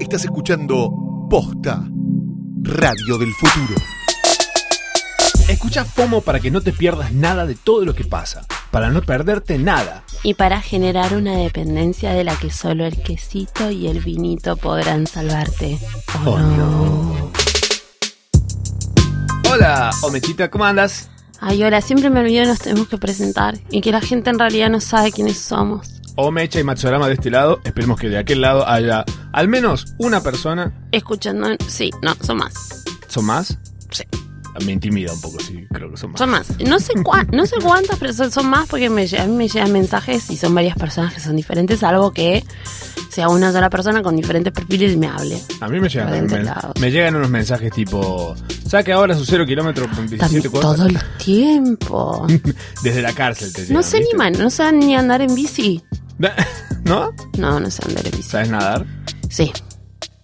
Estás escuchando Posta, Radio del Futuro. Escucha FOMO para que no te pierdas nada de todo lo que pasa, para no perderte nada. Y para generar una dependencia de la que solo el quesito y el vinito podrán salvarte. ¿O Oh, no? Hola, Omechita, ¿cómo andas? Ay, hola, siempre me olvido que nos tenemos que presentar y que la gente en realidad no sabe quiénes somos. Omecha y Matsorama de este lado, esperemos que de aquel lado haya al menos una persona. Escuchando, sí, no, son más. ¿Son más? Sí. Me intimida un poco, sí, creo que son más. Son más. No sé, cuá- no sé cuántas personas son más porque me, lle- a mí me llegan mensajes y son varias personas que son diferentes, salvo que sea una sola persona con diferentes perfiles y me hable. A mí me llegan, Por también entre men- lados. me llegan unos mensajes tipo, saque ahora su 0 kilómetro con 17 También todo cuadras. el tiempo. Desde la cárcel te llegan, No se ¿viste? animan, no saben ni andar en bici. ¿No? No, no saben andar en bici. ¿Sabes nadar? Sí,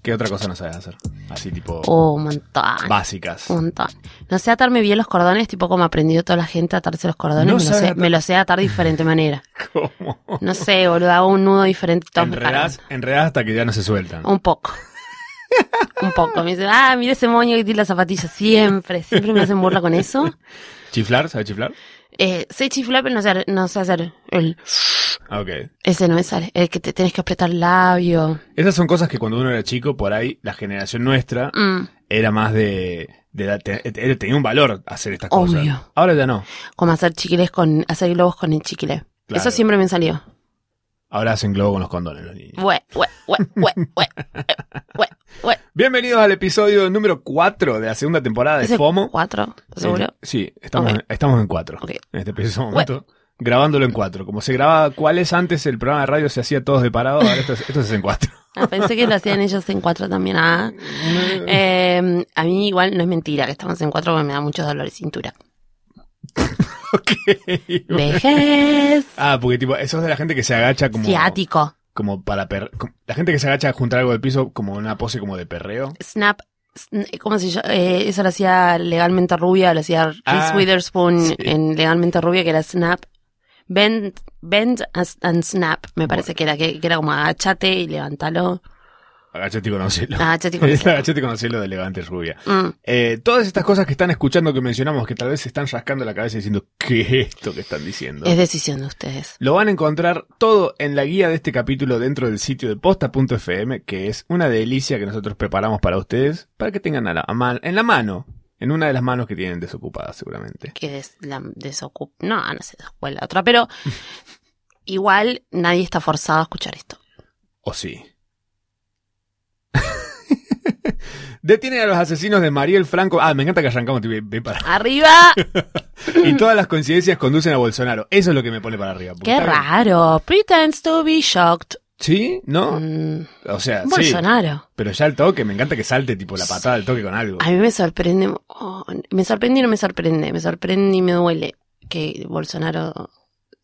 ¿Qué otra cosa no sabes hacer? Así tipo oh, un montón. básicas. Un montón. No sé atarme bien los cordones, tipo como aprendió toda la gente a atarse los cordones. No me, lo sabe sé, atar- me lo sé atar de diferente manera. ¿Cómo? No sé, boludo, hago un nudo diferente. todos me Enredás, cargan. enredás hasta que ya no se sueltan. Un poco. Un poco. Me dicen, ah, mira ese moño que tiene la zapatilla. Siempre, siempre me hacen burla con eso. ¿Chiflar? ¿Sabes chiflar? Eh, sé chiflar, pero no sé, no sé hacer el... Ah, ok. Ese no me sale. El que te tenés que apretar el labio. Esas son cosas que cuando uno era chico, por ahí, la generación nuestra Mm. era más de... de la- te- era- tenía un valor hacer estas cosas. Obvio. Ahora ya no. Como hacer chiquiles con... Hacer globos con el chiquile. Claro. Eso siempre me salió. Ahora hacen globo con los condones los niños. Bue, bue, bue, bue, bue, eh, bue, bue. Bienvenidos al episodio número 4 de la segunda temporada de ¿Es el FOMO. Cuatro, seguro. Eh, sí, estamos, Ok. en, estamos en 4. Ok. En este preciso momento. Grabándolo en 4. Como se grababa cuáles antes el programa de radio se hacía todos de parado, ahora esto, es- esto es en 4. Ah, pensé que lo hacían ellos en cuatro también. ah. Eh, a mí igual no es mentira que estamos en cuatro porque me da mucho dolor de cintura. Eh. Vejez. Ah, porque tipo, eso es de la gente que se agacha como. Ciático. Como para per- como- La gente que se agacha a juntar algo del piso como una pose como de perreo. Snap. sn- ¿Cómo se llama? Eh, eso lo hacía legalmente rubia, lo hacía Reese Ah, Witherspoon sí. en legalmente rubia, que era snap. Bend, bend as- and snap, me parece que era, que, que era como agachate y levantalo. Agachate y conocelo. Agachate y conocelo. Agachate y conocelo de elegante rubia. Mm. Eh, todas estas cosas que están escuchando que mencionamos que tal vez se están rascando la cabeza diciendo, ¿qué es esto que están diciendo? Es decisión de ustedes. Lo van a encontrar todo en la guía de este capítulo dentro del sitio de posta.fm, que es una delicia que nosotros preparamos para ustedes, para que tengan a la, a man- en la mano, en una de las manos que tienen desocupadas seguramente. que des, la desocup- No, ah, no se desocupa la otra, pero igual nadie está forzado a escuchar esto. ¿O sí? Detienen a los asesinos de Mariel Franco. Ah, me encanta que arrancamos. tipo, ve para- ¡Arriba! Y todas las coincidencias conducen a Bolsonaro. Eso es lo que me pone para arriba. porque ¡Qué está bien. raro! Pretends to be shocked. ¿Sí? ¿No? Mm, O sea, Ah, sí. Bolsonaro. Pero ya el toque, me encanta que salte tipo la patada del toque con algo. A mí me sorprende. oh, me sorprende y no me sorprende. Me sorprende y me duele que Bolsonaro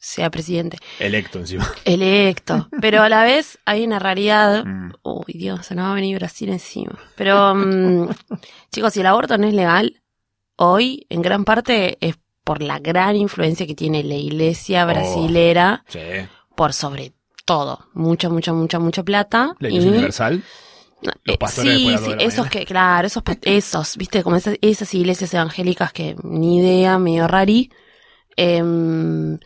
sea presidente. Electo encima. Electo. Pero a la vez hay una raridad. Mm. Uy, Dios, se nos va a venir Brasil encima. Pero, mm, chicos, si el aborto no es legal, hoy en gran parte es por la gran influencia que tiene la iglesia Oh. brasilera, Sí. por sobre todo, mucha, mucha, mucha, mucha plata. La Y- Iglesia Universal. los eh, pastores sí, después de las sí, dos de la esos mañana. que, claro, esos, pa- esos, viste, como esas, esas iglesias evangélicas que ni idea, medio rari. Em, y-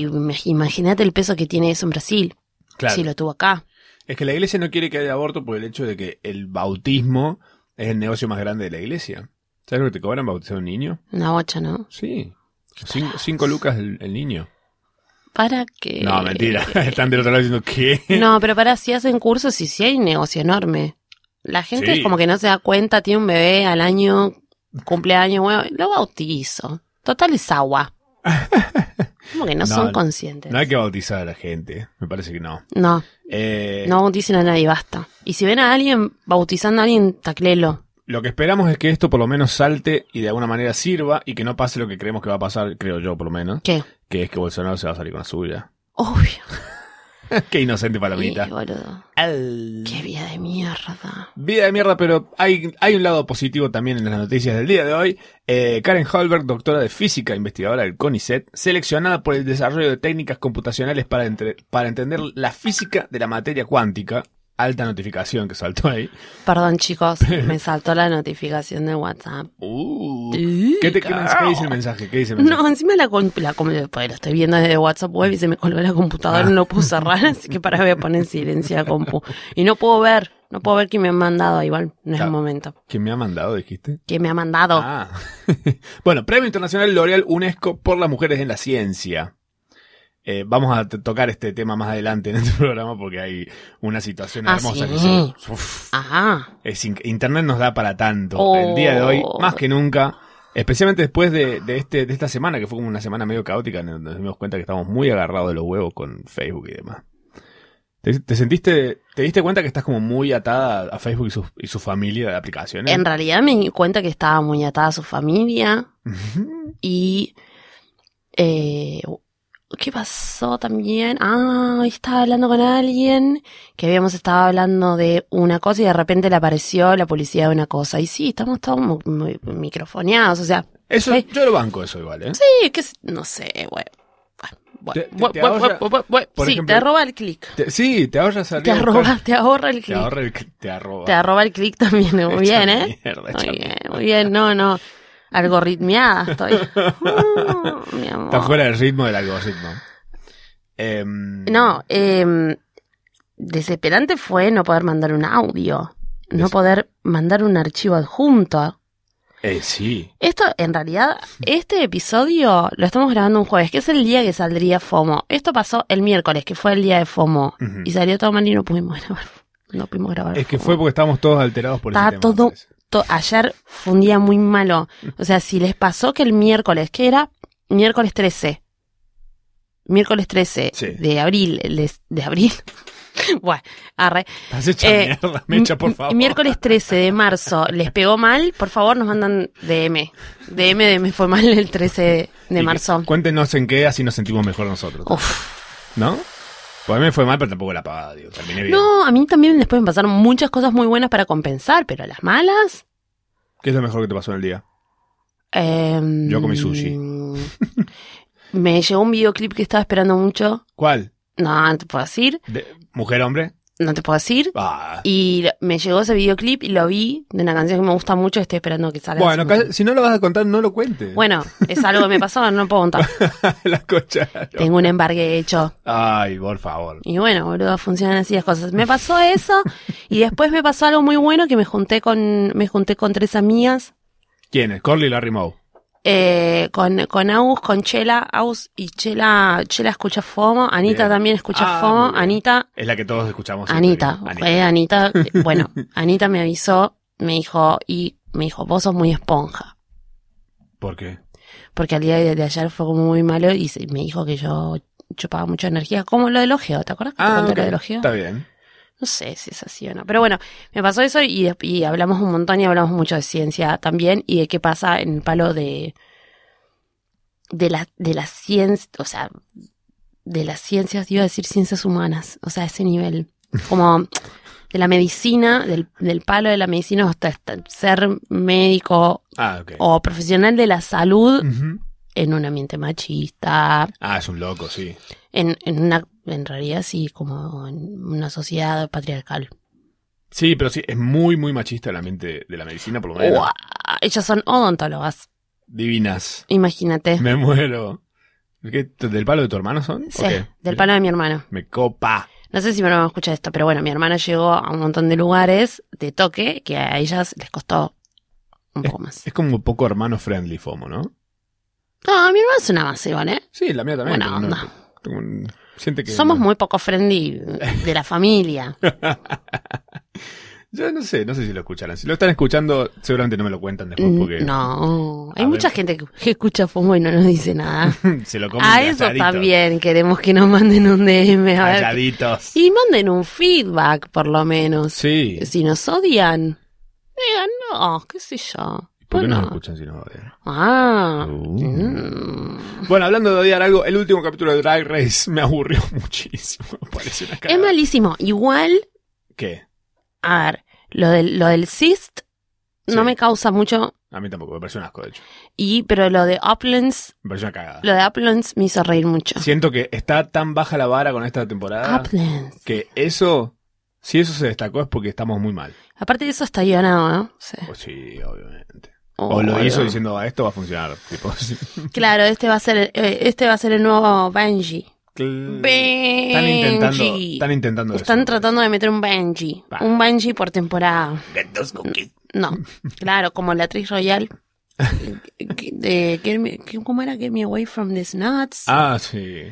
y imag- Imagínate el peso que tiene eso en Brasil, Claro. si lo tuvo acá. Es que la iglesia no quiere que haya aborto por el hecho de que el bautismo es el negocio más grande de la iglesia. ¿Sabes lo que te cobran bautizar a un niño? Una bocha, ¿no? Sí. Cinco, cinco lucas el, el niño. Para que. No, mentira. Están del otro lado diciendo que. No, pero para si hacen cursos y si hay negocio enorme. La gente Sí. es como que no se da cuenta, tiene un bebé al año, cumpleaños, bueno, lo bautizo. Total es agua. Como que No, no, son no. conscientes. No hay que bautizar a la gente. Me parece que no. No, Eh, no bauticen a nadie, basta. Y si ven a alguien bautizando a alguien, taclelo. Lo que esperamos es que esto por lo menos salte y de alguna manera sirva y que no pase lo que creemos que va a pasar, creo yo por lo menos, ¿Qué? que es que Bolsonaro se va a salir con la suya. Obvio. Qué inocente Y, palomita. boludo. Al- Qué vida de mierda. Vida de mierda, pero hay, hay un lado positivo también en las noticias del día de hoy. Eh, Karen Holberg, doctora de física, e investigadora del CONICET, seleccionada por el desarrollo de técnicas computacionales para, entre- para entender la física de la materia cuántica. alta notificación que saltó ahí. Perdón, chicos, me saltó la notificación de WhatsApp. Uh, Sí, ¿qué, te, qué, claro. mens- qué dice el mensaje? ¿Qué dice el mensaje? No, encima la, com- la com- pues, lo estoy viendo desde WhatsApp web y se me colgó la computadora, no lo puse cerrar, así que para voy a poner en silencio la compu. Y no puedo ver, no puedo ver quién me ha mandado, igual no es Claro. el momento. ¿Quién me ha mandado, dijiste? ¿Quién me ha mandado? Ah. bueno, Premio Internacional L'Oreal UNESCO por las mujeres en la ciencia. Eh, vamos a t- tocar este tema más adelante en este programa porque hay una situación Ah, hermosa sí. que se- Uf. Ajá. Es inc- Internet nos da para tanto. Oh. El día de hoy, más que nunca, especialmente después de, de este, de esta semana, que fue como una semana medio caótica, nos nos dimos cuenta que estamos muy agarrados de los huevos con Facebook y demás. ¿Te, te sentiste, te diste cuenta que estás como muy atada a Facebook y su, y su familia de aplicaciones? En realidad me di cuenta que estaba muy atada a su familia y... eh, ¿Qué pasó también? Ah, estaba hablando con alguien que habíamos estado hablando de una cosa y de repente le apareció la publicidad de una cosa. Y sí, estamos todos mu- muy microfoneados, o sea, Eso, Sí. yo lo banco eso igual, ¿eh? Sí, que es- no sé, güey. Te- te- Bueno, te bueno, ahorra- bueno, bueno, bueno, por sí, ejemplo, te roba el clic. Te- sí, te ahorras salir Te a buscar- arroba, te ahorra el Te clic. ahorra el cl- Te arroba. Te arroba el clic también, muy Hecha bien, ¿eh? mierda, hecha Muy bien, mierda. muy bien, no, no. Algoritmiada estoy. Mm, mi amor. Está fuera del ritmo del algoritmo. Em, No, eh, desesperante fue no poder mandar un audio, no Des- poder mandar un archivo adjunto. Eh, sí. Esto, en realidad, este episodio lo estamos grabando un jueves, que es el día que saldría FOMO. Esto pasó el miércoles, que fue el día de FOMO. Ujú. Y salió todo mal y no pudimos grabar. No pudimos grabar. Mm. Es que FOMO. fue porque estábamos todos alterados por Estaba ese tema, todo- me parece. To- Ayer fue un día muy malo. Mm. O sea, si les pasó que el miércoles, que era miércoles 13. Miércoles 13 Sí. de abril. les- de abril. Bueno, arre. Estás hecha Eh, mierda, Mecha, por favor. Miércoles 13 de marzo. ¿Les pegó mal? Por favor, nos mandan DM. DM, DM fue mal el 13 Y de que- marzo. Oh. Cuéntenos en qué, así nos sentimos mejor nosotros. Uf. ¿No? Pues a mí me fue mal, pero tampoco la pagada, digo. Terminé bien. No, a mí también después me pasaron muchas cosas muy buenas para compensar, pero las malas. ¿Qué es lo mejor que te pasó en el día? em, Yo comí sushi. Me llegó un videoclip que estaba esperando mucho. ¿Cuál? No, no te puedo decir. De- ¿Mujer, hombre? No te puedo decir. Ah. Y lo- me llegó ese videoclip y lo vi de una canción que me gusta mucho. Estoy esperando que salga. Bueno, hace ca- mucho. si no lo vas a contar, no lo cuentes. bueno, es algo que me pasó, no lo puedo contar. la cocha. Tengo un embargue hecho. Ay, por favor. Y bueno, boludo, funcionan así las cosas. Me pasó eso y después me pasó algo muy bueno que me junté con, me junté con tres amigas, ¿Quién es? Corley y Larry Moe. eh, con, con Agus, con Chela, Agus y Chela, Chela escucha FOMO, Bien. Anita también escucha Ah, muy FOMO, bien. Anita, Es la que todos escuchamos. siempre, Anita, digo. eh, Anita, bueno, Anita me avisó, me dijo, y me dijo, vos sos muy esponja. ¿Por qué? Porque al día de, de ayer fue como muy malo y se- me dijo que yo chupaba mucha energía, como lo del ojeo, ¿te acuerdas? que te Ah, conté ok. lo del ojeo? está bien. No sé si es así o no. Pero bueno, me pasó eso y, des- y hablamos un montón y hablamos mucho de ciencia también y de qué pasa en el palo de. de la, de la ciencia. O sea, de las ciencias, iba a decir ciencias humanas. O sea, ese nivel. Como de la medicina, del, del palo de la medicina hasta, hasta ser médico Ah, ok. o profesional de la salud Ujú. en un ambiente machista, Ah, es un loco, sí. en, en una. en realidad sí, como en una sociedad patriarcal. Sí, pero sí, es muy, muy machista el ambiente de la medicina, por lo menos. Uah, ellas son odontólogas, Divinas. imagínate. Me muero. ¿Qué, t- ¿Del palo de tu hermano son? ¿O Sí, qué? del palo de mi hermano. Me copa. No sé si mi hermano escucha esto, pero bueno, mi hermana llegó a un montón de lugares de toque que a ellas les costó un poco más. Es como un poco hermano friendly FOMO, ¿no? No, mi hermana es una más, Iván, ¿eh? Sí, la mía también. Buena pero no- onda. tengo un- siente que Somos muy poco friendly de la familia. Yo no sé, no sé si lo escucharán. Si lo están escuchando, seguramente no me lo cuentan después porque Mm, No, hay A mucha ver. gente que- que escucha FOMO y no nos dice nada. se lo comen A Ah, eso calladito. también queremos que nos manden un DM. A ver. Calladitos. Y manden un feedback, por lo menos. Sí. Si nos odian, digan, Eh, no, qué sé yo. ¿Por qué no nos Bueno, escuchan si no odian? ah, Uh. mm. Bueno, hablando de odiar algo, el último capítulo de Drag Race me aburrió muchísimo. Parece una es cagada. malísimo. Igual, ¿Qué? a ver, lo del, lo del cyst no Sí. me causa mucho, A mí tampoco, me pareció un asco, de hecho. y pero lo de Uplands, Me pareció una cagada. lo de Uplands me hizo reír mucho. Ah, Siento que está tan baja la vara con esta temporada Uplands. que eso Si eso se destacó es porque estamos muy mal. Aparte de eso está guionado, ¿no? Sí. Pues sí, obviamente. Oh, O lo hizo boludo. diciendo, "Ah, esto va a funcionar. Tipo, sí. Claro, este va a ser, eh, este va a ser el nuevo Benji. Benji. Mm. están intentando, están intentando Están eso. tratando de meter un Benji. Va. Un Benji por temporada. Gatos con que- No, claro, como la actriz royal. de, Get Me- ¿Cómo era? Get Me Away from These Nuts. Ah, sí.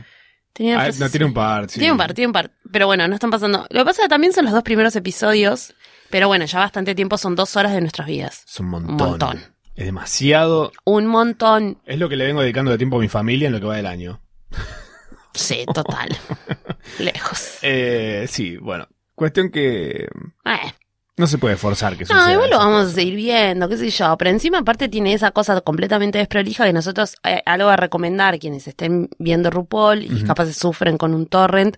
Tenía Ah, frases no, tiene un así. par, sí. pues, Tiene un par, tiene un par. Pero bueno, no están pasando. Lo que pasa es que también son los dos primeros episodios. Pero bueno, ya bastante tiempo, son dos horas de nuestras vidas. Es un montón. Un montón. Es demasiado. Un montón. Es lo que le vengo dedicando de tiempo a mi familia en lo que va del año. Sí, total. Lejos. Eh, sí, bueno. Cuestión que mm, Eh. no se puede forzar que suceda. No, igual lo eso. vamos a seguir viendo, qué sé yo. Pero encima, aparte, tiene esa cosa completamente desprolija que nosotros, eh, algo a recomendar, quienes estén viendo RuPaul y Ujú. capaz se sufren con un torrent,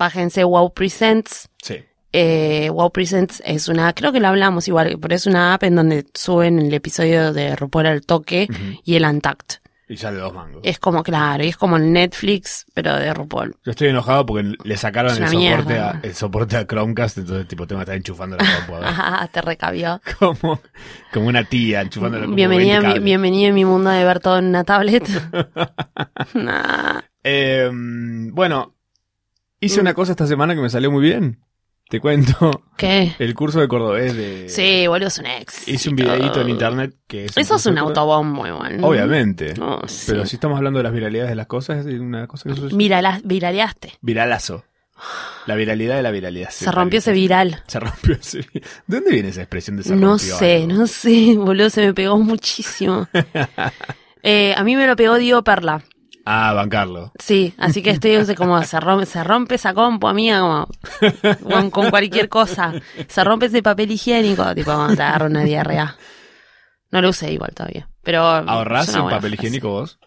bájense Wow Presents. Sí. Eh, wow Presents es una, creo que lo hablamos igual, pero es una app en donde suben el episodio de RuPaul al toque Ujú. y el Untact. Y sale dos mangos. Es como, claro, y es como el Netflix, pero de RuPaul. Yo estoy enojado porque le sacaron Es el una soporte, mierda. a, el soporte a Chromecast, entonces tipo tengo que estar enchufando la computadora. Ah, te recabió. como, como una tía enchufando la Bienvenida, a mi- bienvenida a mi mundo de ver todo en una tablet. nah. Eh, bueno, hice Mm. una cosa esta semana que me salió muy bien. Te cuento, ¿Qué? el curso de cordobés de... Sí, boludo, es un ex. Eh, Hice un videíto en internet que es... un Eso es curso un de cordobés. autobombo igual. ¿no? Obviamente. No, sí. Pero si estamos hablando de las viralidades de las cosas, es una cosa que sucede. Mirala- viraleaste. Viralazo. La viralidad de la viralidad. sí, se rompió ese viralizazo. viral. Se rompió ese vi- ¿De dónde viene esa expresión de se No rompió sé, algo? no sé, boludo, se me pegó muchísimo. Eh, a mí me lo pegó Diego Perla. Ah, bancarlo. Sí, así que estoy así como se rompe, se rompe esa compu, amiga, como con, con cualquier cosa. Se rompe ese papel higiénico, tipo cuando te agarra una diarrea. No lo usé igual todavía. Pero ¿Ahorrás es en una Mm, buena papel frase. higiénico vos?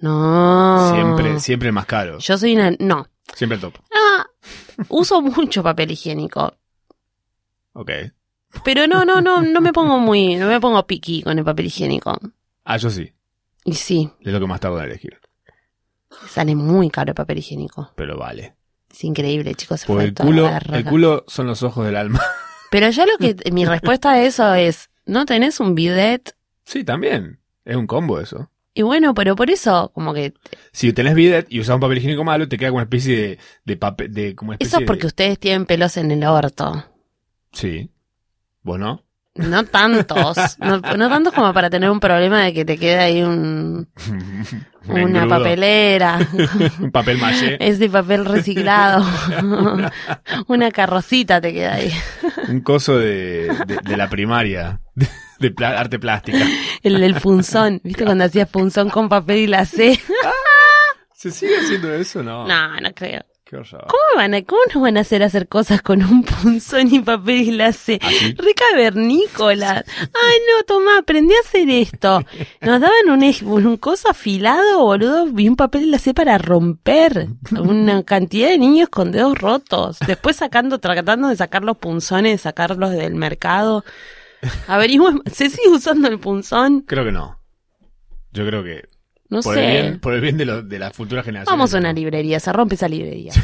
No. Siempre, siempre el más caro. Yo soy una. No. Siempre el top. Ah, uso mucho papel higiénico. Ok. Pero no, no, no, no me pongo muy. No me pongo piqui con el papel higiénico. Ah, yo sí. Y sí, Es lo que más tardo en elegir. sale muy caro el papel higiénico. Pero vale. Es increíble, chicos. se Porque fue el toda la culo, verga. el culo son los ojos del alma. Pero yo lo que. Mi respuesta a eso es: ¿no tenés un bidet? Sí, también. Es un combo eso. Y bueno, pero por eso, como que. Si tenés bidet y usás un papel higiénico malo, te queda como una especie de, de papel, de como una especie Eso es porque de- ustedes tienen pelos en el orto. Sí. ¿Vos no? No tantos. No, no tantos como para tener un problema de que te quede ahí un, Un una engrudo, papelera. Un papel maché. Es de papel reciclado. Una carrocita te queda ahí. Un coso de, de, de la primaria. De, de pla- arte plástica. El del punzón. ¿Viste cuando hacías punzón con papel y la C? ¿Se sigue haciendo eso? No. No, no creo. Qué horror. ¿Cómo, van a, cómo nos van a hacer hacer cosas con un punzón y papel y la C? Así. Re cavernícolas. Ay, no, tomá, aprendí a hacer esto. Nos daban un, ej- un coso afilado, boludo, y un papel y la C para romper. Una cantidad de niños con dedos rotos. Después sacando, tratando de sacar los punzones, sacarlos del mercado. Averigüen, ¿se sigue usando el punzón? Creo que no. Yo creo que No por, sé. el Pues bien, por el bien de, lo- de las futuras generaciones. Vamos a una no. librería, se rompe esa librería.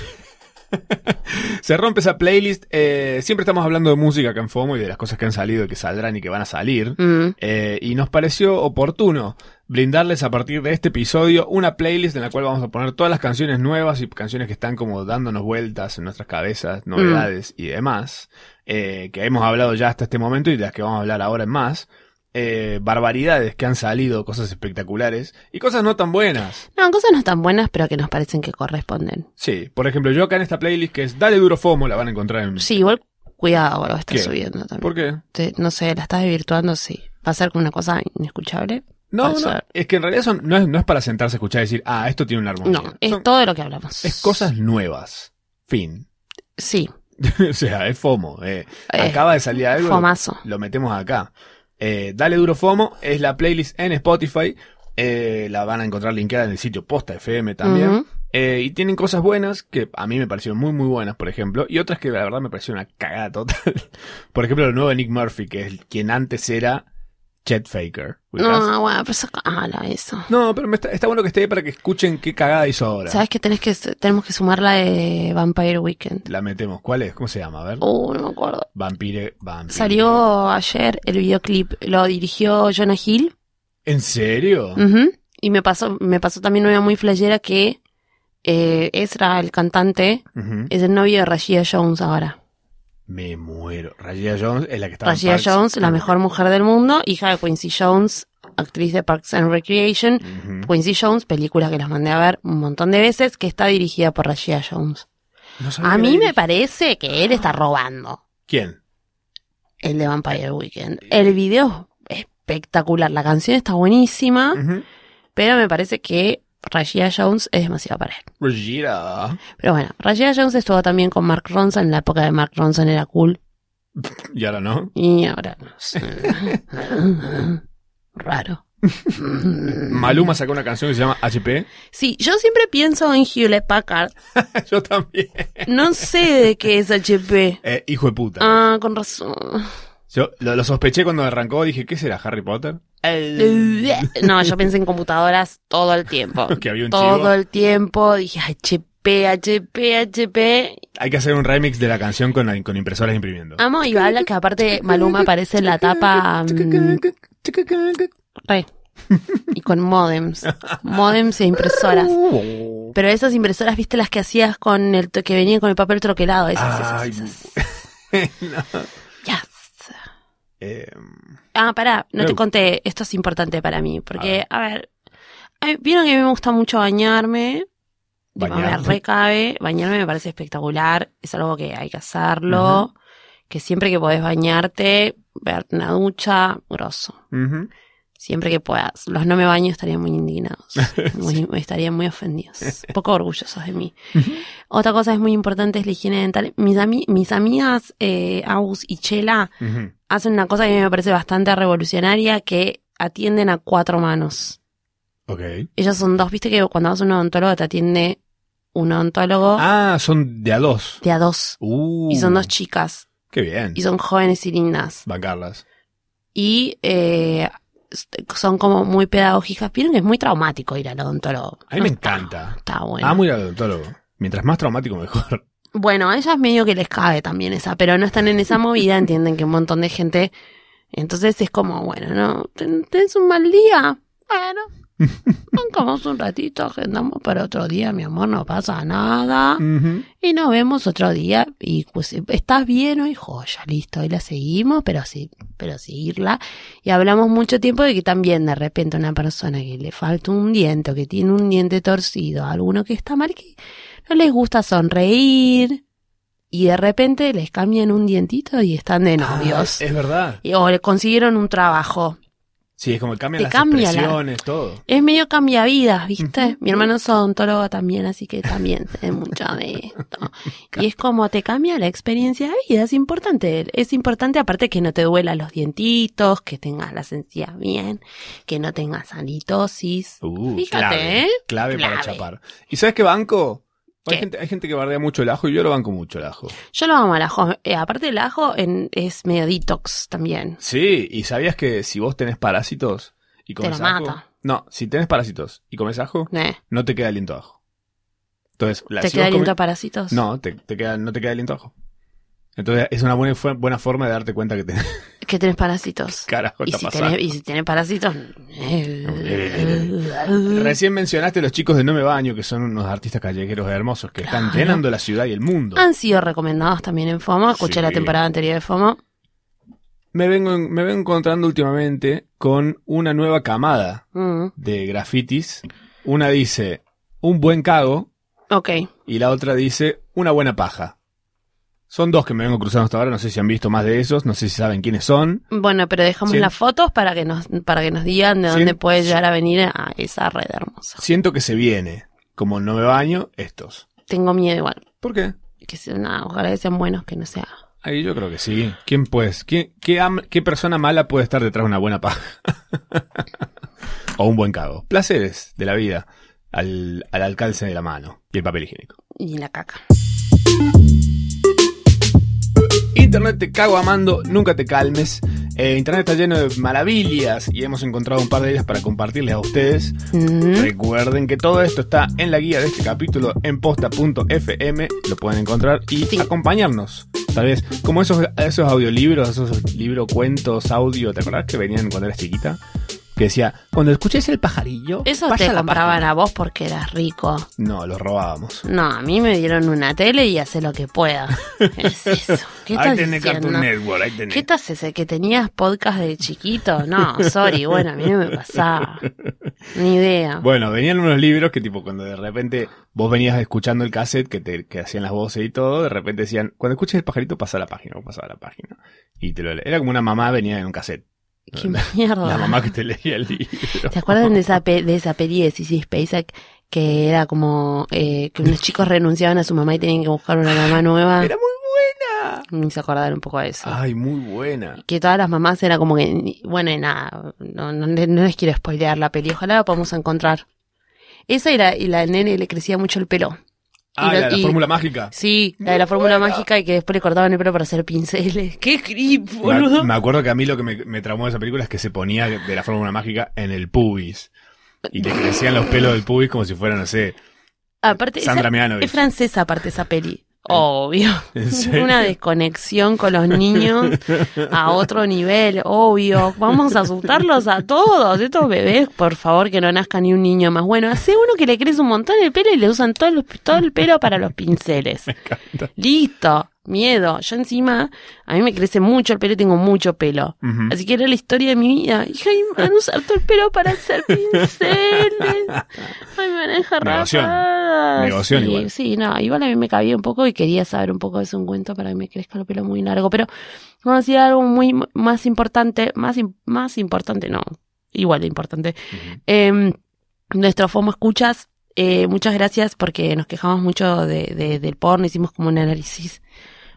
Se rompe esa playlist. eh, siempre estamos hablando de música acá en FOMO y de las cosas que han salido y que saldrán y que van a salir. Mm. Eh, y nos pareció oportuno brindarles a partir de este episodio una playlist en la cual vamos a poner todas las canciones nuevas y canciones que están como dándonos vueltas en nuestras Mm. cabezas, novedades y demás, eh, que hemos hablado ya hasta este momento y de las que vamos a hablar ahora en más. Eh, barbaridades que han salido, cosas espectaculares y cosas no tan buenas. No, cosas no tan buenas, pero que nos parecen que corresponden. Sí, por ejemplo, yo acá en esta playlist que es Dale Duro FOMO, la van a encontrar en... Sí, igual cuidado, boludo, está ¿Qué? subiendo también. ¿Por qué? Te- no sé, la estás desvirtuando, sí. Va a ser como una cosa inescuchable. No, Puede no, ser. es que en realidad son- no, es, no es para sentarse a escuchar y decir, ah, esto tiene una armonía. No, es Son- todo lo que hablamos. es cosas nuevas. Fin. Sí, o sea, es FOMO. eh. Eh, Acaba de salir algo. fomazo. Lo metemos acá. Eh, Dale Duro FOMO es la playlist en Spotify. Eh, la van a encontrar linkeada en el sitio Posta FM también. Ujú. Eh, y tienen cosas buenas que a mí me parecieron muy, muy buenas, por ejemplo. Y otras que la verdad me parecieron una cagada total. por ejemplo, lo nuevo de Nick Murphy, que es quien antes era Chet Faker. ¿ubicás? No, bueno, pero sacala eso. No, pero me está, está bueno que esté ahí para que escuchen qué cagada hizo ahora. ¿Sabes que tenés que tenemos que sumar la de Vampire Weekend? La metemos. ¿Cuál es? ¿Cómo se llama? A ver. Oh, no me acuerdo. Vampire, Vampire. Salió ayer el videoclip, lo dirigió Jonah Hill. ¿En serio? Ujú. Y me pasó, me pasó también una muy flashera que eh, Ezra, el cantante, Ujú. es el novio de Rashida Jones ahora. Me muero. Rashida Jones es la que estaba en Rashida Parks. Jones, la mejor mujer del mundo, hija de Quincy Jones, actriz de Parks and Recreation. Ujú. Quincy Jones, película que las mandé a ver un montón de veces, que está dirigida por Rashida Jones. No sabía A que mí la me dirigí- parece que él está robando ¿Quién? el de Vampire Weekend. El video es espectacular, la canción está buenísima, Ujú. pero me parece que Rashida Jones es demasiado para él. Rashida. Pero bueno, Rashida Jones estuvo también con Mark Ronson, en la época de Mark Ronson era cool, Y ahora no. y ahora no sé. Raro. Maluma sacó una canción que se llama HP. Sí, yo siempre pienso en Hewlett Packard. Yo también. No sé de qué es HP. Eh, hijo de puta. Ah, con razón. Yo lo, lo sospeché cuando arrancó. Dije, ¿qué será Harry Potter? No, yo pensé en computadoras todo el tiempo. Que había un chivo. Todo el tiempo dije HP, HP, HP. Hay que hacer un remix de la canción con, la- con impresoras imprimiendo. Amo y habla que aparte Maluma aparece en la tapa mm, re. Y con modems. Modems e impresoras. Pero esas impresoras, viste las que hacías con el to- que venían con el papel troquelado, esas, esas, Ay, esas. No. Yes. Eh, Ah, pará, no Eh. te conté, esto es importante para mí, porque, a ver, ay, vieron que a mí me gusta mucho bañarme, tipo, me Bañarte. recabe, bañarme me parece espectacular, es algo que hay que hacerlo, que siempre que podés bañarte, ver una ducha, grosso, ujú. siempre que puedas, los no me baño estarían muy indignados, muy- estarían muy ofendidos, poco orgullosos de mí. Otra cosa es muy importante es la higiene dental, mis, ami- mis amigas eh, Agus y Chela, Ujú. hacen una cosa que a mí me parece bastante revolucionaria, que atienden a cuatro manos. Ok. Ellas son dos, viste que cuando vas a un odontólogo te atiende un odontólogo Ah, son de a dos. de a dos. Uh, Y son dos chicas. Qué bien. Y son jóvenes y lindas. Bancarlas. Y eh, s- son como muy pedagógicas. Vieron que es muy traumático ir al odontólogo. A mí me No está- encanta. Está Ah, bueno. Amo ir al odontólogo. Mientras más traumático, mejor. Bueno, a ellas medio que les cabe también esa, pero no están en esa movida, entienden que un montón de gente. Entonces es como, bueno, ¿no? ¿Ten- ¿Tenés un mal día? Bueno, bancamos un ratito, agendamos para otro día, mi amor, no pasa nada. Ujú. Y nos vemos otro día. Y pues, estás bien hoy, joya, listo, hoy la seguimos, pero sí, pero seguirla. Y hablamos mucho tiempo de que también de repente una persona que le falta un diente o que tiene un diente torcido, alguno que está mal, que no les gusta sonreír. Y de repente les cambian un dientito y están de novios. Ah, es verdad. Y- O le consiguieron un trabajo. Sí, es como que cambian Te las cambia la- expresiones, todo. Es medio cambiavidas, ¿viste? Mi hermano es odontólogo también, así que también sé mucho de esto. Y es como te cambia la experiencia de vida, es importante. Es importante aparte que no te duelan los dientitos, que tengas las encías bien, que no tengas halitosis. Uh, Fíjate, clave, ¿eh? clave para Clave. chapar. ¿Y sabes qué banco? Hay ¿Qué? gente, hay gente que bardea mucho el ajo y yo lo banco mucho el ajo. Yo lo amo al ajo. Eh, aparte el ajo en- es medio detox también. Sí, y sabías que si vos tenés parásitos y comes lo ajo. mata. No, si tenés parásitos y comes ajo, Eh, no te queda aliento a ajo. Entonces, la, ¿Te si queda vos aliento comés- a parásitos? No, te, te queda, no te queda aliento a ajo. Entonces, es una buena, fue- buena forma de darte cuenta que tenés Que tenés parásitos. carajo Y está si, pasando. tenés, y si tenés parásitos... Eh, Recién mencionaste a los chicos de No Me Baño, que son unos artistas callejeros hermosos que están Claro. Ah. llenando la ciudad y el mundo. Han sido recomendados también en FOMO. Sí. Escuché la temporada anterior de FOMO. Me vengo, en- me vengo encontrando últimamente con una nueva camada Mm, de grafitis. Una dice un buen cago ok. y la otra dice una buena paja. Son dos que me vengo cruzando hasta ahora, no sé si han visto más de esos, no sé si saben quiénes son. Bueno, pero dejamos Sí. las fotos para que nos para que nos digan de Sí. dónde puede llegar a venir a esa red hermosa. Siento que se viene, como no me baño, estos. Tengo miedo igual. ¿Por qué? Que sea, nada, ojalá que sean buenos, que no sea. Ahí yo creo que sí. ¿Quién pues? ¿Qué, qué, am- qué persona mala puede estar detrás de una buena paja? o un buen cago. Placeres de la vida al, al alcance de la mano y el papel higiénico. Y la caca. Internet te cago amando, nunca te calmes. Eh, Internet está lleno de maravillas y hemos encontrado un par de ellas para compartirles a ustedes. Mm, Recuerden que todo esto está en la guía de este capítulo en posta.fm. Lo pueden encontrar y Sí. acompañarnos. Tal vez, como esos, esos audiolibros, esos libros, cuentos, audio, ¿te acordás que venían cuando eras chiquita? Que decía, cuando escuches el pajarillo. Eso pasa te la compraban página". a vos porque eras rico. No, los robábamos. No, a mí me dieron una tele y hace lo que pueda. Es eso. ¿Qué Ahí estás tenés Cartoon diciendo? Network, ahí tenés. ¿Qué te haces? eh, ¿Que tenías podcast de chiquito? No, sorry, bueno, a mí no me pasaba. Ni idea. Bueno, venían unos libros que tipo cuando de repente vos venías escuchando el cassette que te que hacían las voces y todo, de repente decían, cuando escuches el pajarito pasa a la página, pasa a la página. Y te lo le- Era como una mamá venía en un cassette. Qué la, mierda. la mamá que te leía el libro. Ah. ¿Se acuerdan de esa, pe- de esa peli de Sissy Spacek que era como eh, que unos chicos renunciaban a su mamá y tenían que buscar una mamá nueva? Era Ah. muy buena. Me hizo acordar un poco de eso. Ay, muy buena. Que todas las mamás era como que, ni- bueno, y nada, no, no, le- no les quiero spoilear la peli, ojalá la podamos encontrar. Esa y la, y la nene le crecía mucho el pelo. Ah, lo- la, la y- fórmula mágica. Sí, la de la fórmula mágica y que después le cortaban el pelo para hacer pinceles. ¡Qué creep, Me, boludo! me acuerdo que a mí lo que me, me traumó de esa película es que se ponía de la fórmula mágica en el pubis. Y le crecían los pelos del pubis como si fueran, no sé, Aparte, esa- Sandra Mianovich. es francesa aparte esa peli. Obvio. ¿En serio? Una desconexión con los niños a otro nivel, obvio. Vamos a asustarlos a todos. Estos bebés, por favor, que no nazca ni un niño más. Bueno, hace uno que le crece un montón de pelo y le usan todo el, todo el pelo para los pinceles. Listo. Miedo. Yo encima, a mí me crece mucho el pelo y tengo mucho pelo. Ujú. Así que era la historia de mi vida. Hija, y me van a usar todo el pelo para hacer pinceles. Ay, me van a dejar Negoción. rapada. Negoción sí, igual. Sí, no, igual a mí me cabía un poco y quería saber un poco de su cuento para que me crezca el pelo muy largo. Pero vamos a decir algo muy m- más importante, más, im- más importante, no, igual de importante. Ujú. Eh, nuestro FOMO Escuchas, eh, muchas gracias porque nos quejamos mucho de, de- del porno, hicimos como un análisis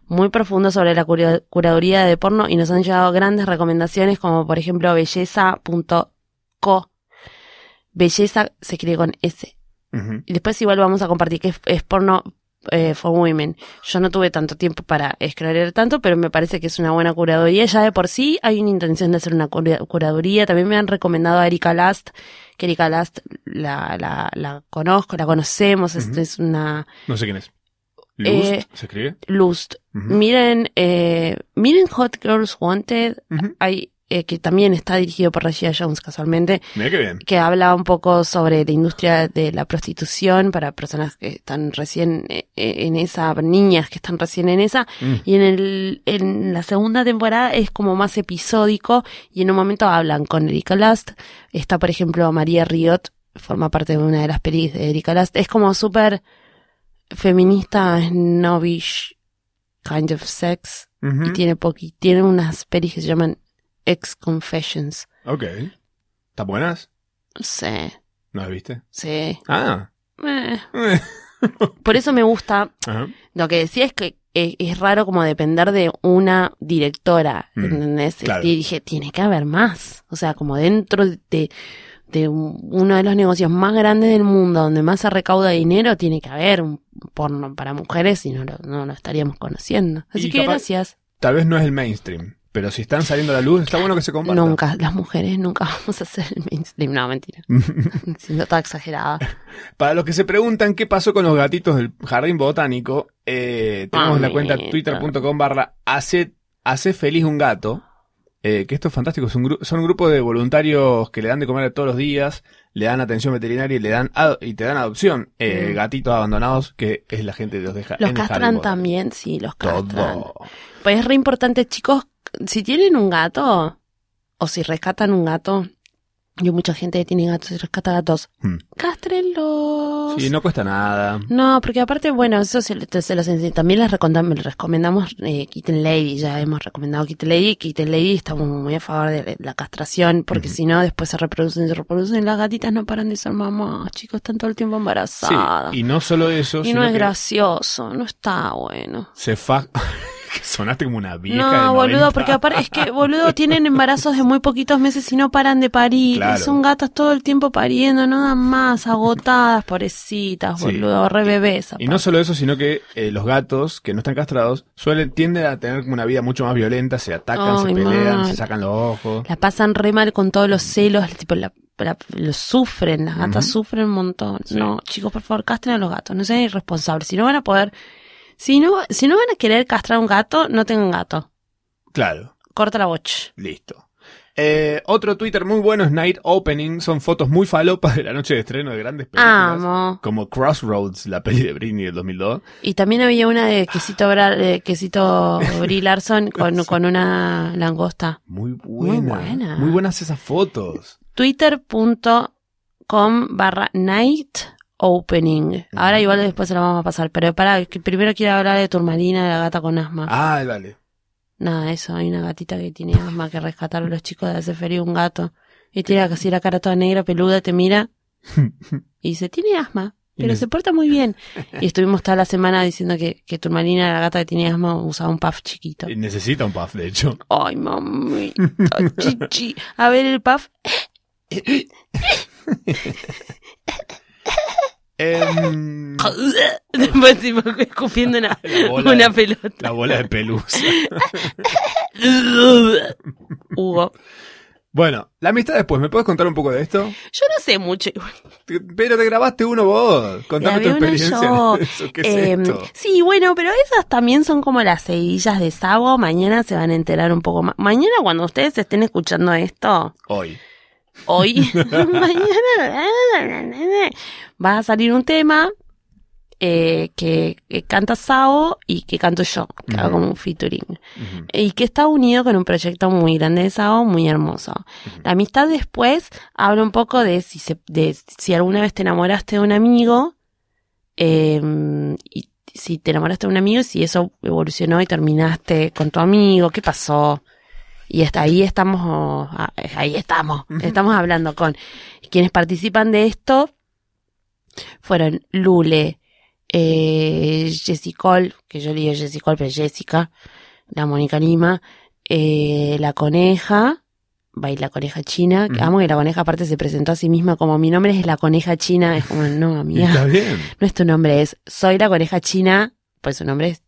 muy profundo sobre la curio- curaduría de porno y nos han llegado grandes recomendaciones como por ejemplo belleza.co. Belleza se escribe con S. Ujú. Y después igual vamos a compartir que es, es porno eh, for women. Yo no tuve tanto tiempo para esclarear tanto, pero me parece que es una buena curaduría. Ya de por sí hay una intención de hacer una cura- curaduría. También me han recomendado a Erika Last, que Erika Last la, la, la conozco, la conocemos. Es- Ujú. es una No sé quién es. ¿Lust? Eh, ¿Se escribe? lust. Ujú. Miren, eh, miren Hot Girls Wanted. Ujú. Hay, eh, que también está dirigido por Rashida Jones casualmente. Mira qué bien. que habla un poco sobre la industria de la prostitución para personas que están recién eh, eh, en esa, niñas que están recién en esa. Y en, el, en la segunda temporada es como más episódico y en un momento hablan con Erika Last. Está, por ejemplo, María Riot, forma parte de una de las pelis de Erika Last. Es como súper feminista, snobbish, kind of sex. Ujú. Y tiene, poqui- tiene unas pelis que se llaman Ex Confessions. Ok. ¿Están buenas? No sé, ¿No las viste? sí. Ah. Eh. Ajá. Por eso me gusta. Lo que decía es que es, es raro como depender de una directora. Mm, ¿entendés? claro. Y dije, tiene que haber más. O sea, como dentro de, de un- uno de los negocios más grandes del mundo, donde más se recauda dinero, tiene que haber un porno para mujeres y no lo, no lo estaríamos conociendo. Así Y que capaz- gracias. Tal vez no es el mainstream, pero si están saliendo a la luz, está bueno que se compartan. Nunca, las mujeres nunca vamos a ser el mainstream. No, mentira. Siendo toda exagerada. Para los que se preguntan qué pasó con los gatitos del jardín botánico, eh, tenemos la cuenta Mamita. twitter.com barra hace, hace feliz un gato. eh, que esto es fantástico, es un gru- son un grupo de voluntarios que le dan de comer todos los días, le dan atención veterinaria y, le dan ado- y te dan adopción eh, Mm. gatitos abandonados que es la gente que los deja Los en el jardín castran botánico. también, sí, los castran. Todo. Pues es re importante, chicos, si tienen un gato o si rescatan un gato, yo mucha gente que tiene gatos y rescata gatos, Mm. castrenlos. Sí, no. no cuesta nada. porque aparte, bueno, eso se, te- se los ense- también les recomendamos, les recomendamos eh, Kitten Lady, ya hemos recomendado Kitten Lady, Kitten Lady estamos muy a favor de la castración, porque Ujú. si no, después se reproducen, se reproducen, las gatitas no paran de ser mamás, chicos, están todo el tiempo Sí, embarazadas. y no solo eso, y no sino es que gracioso, no está bueno. se fa... que sonaste como una vieja. de No, 90. boludo, porque aparte es que, boludo, tienen embarazos de muy poquitos meses y no paran de parir. Claro. Son gatas todo el tiempo pariendo, no dan más, agotadas, pobrecitas, Sí. boludo, re bebés. Y no solo eso, sino que eh, los gatos que no están castrados suelen tienden a tener como una vida mucho más violenta, se atacan, se Ay, pelean, mal. se sacan los ojos. La pasan re mal con todos los celos, tipo, la, la- lo sufren, las gatas Ujú. sufren un montón. Sí. No, chicos, por favor, castren a los gatos, no sean irresponsables. Si no van a poder, si no, si no van a querer castrar a un gato, no tengan gato. Claro, Corta la bocha. listo. Eh, otro Twitter muy bueno es Night Opening, son fotos muy falopas de la noche de estreno de grandes películas. Amo. Como Crossroads, la peli de Britney del 2002. Y también había una de quesito, Bra- de quesito Brie Larson con, con una langosta. Muy buena. buena. Muy buenas esas fotos. Twitter.com barra night opening. Mm. Ahora igual después se la vamos a pasar, pero para, primero quiero hablar de Turmalina, de la gata con asma. Ah, vale. Nada, eso, hay una gatita que tiene asma que rescataron los chicos de hacer feria un gato. Y tiene así la cara toda negra, peluda, te mira. Y dice, tiene asma, Y pero me- se porta muy bien. Y estuvimos toda la semana diciendo que, que Turmalina, la gata que tiene asma, usaba un puff chiquito. Eh, Necesita un puff, de hecho. Ay, mamita, chichi. A ver el puff. Em, Después tipo, escupiendo una, La bola una de- pelota. la bola de pelusa. Hugo. Bueno, la amistad después. ¿Me puedes contar un poco de esto? Yo no sé mucho. igual. Te- Pero te grabaste uno vos. Contame Grabé tu uno experiencia. yo. en eso. ¿Qué es Eh, esto? sí, bueno, pero esas también son como las cerillas de Sabo. Mañana se van a enterar un poco más. Mañana cuando ustedes estén escuchando esto, Hoy. hoy, mañana va a salir un tema eh, que, que canta Sabo y que canto yo, que hago Ujú. como un featuring. Ujú. Y que está unido con un proyecto muy grande de Sao, muy hermoso. La amistad después habla un poco de si, se- de si alguna vez te enamoraste de un amigo, eh, y si te enamoraste de un amigo y si eso evolucionó y terminaste con tu amigo, qué pasó. Y hasta ahí estamos, oh, ah, ahí estamos, Ujú. estamos hablando con quienes participan de esto. Fueron Lule, eh, Jessicol, que yo le digo Jessicol, pero es Jessica, la Mónica Lima, eh, la coneja, baila coneja china, que Ujú. amo que la coneja aparte se presentó a sí misma como mi nombre es la coneja china, es como no Y amiga, Está bien. no es tu nombre, es soy la coneja china, pues su nombre es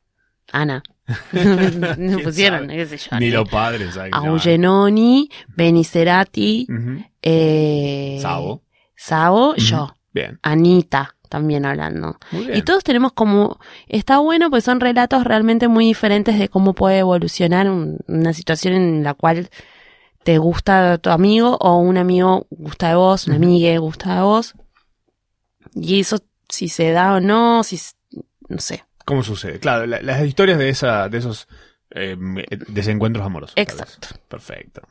Ana. no pusieron, sabe? qué sé yo. Ni los padres. saben que se llaman. Augenoni, Benicerati, Ujú. eh, Mm. Sabo. Sabo, yo, Ujú. Bien. Anita también hablando. Muy bien. Y todos tenemos como, está bueno, pues son relatos realmente muy diferentes de cómo puede evolucionar un- una situación en la cual te gusta tu amigo o un amigo gusta de vos, una Ujú. amiga gusta de vos. Y eso, si se da o no, si, s- no sé. ¿Cómo sucede? Claro, la- las historias de, esa, de esos eh, desencuentros amorosos. tal vez. Exacto. Perfecto.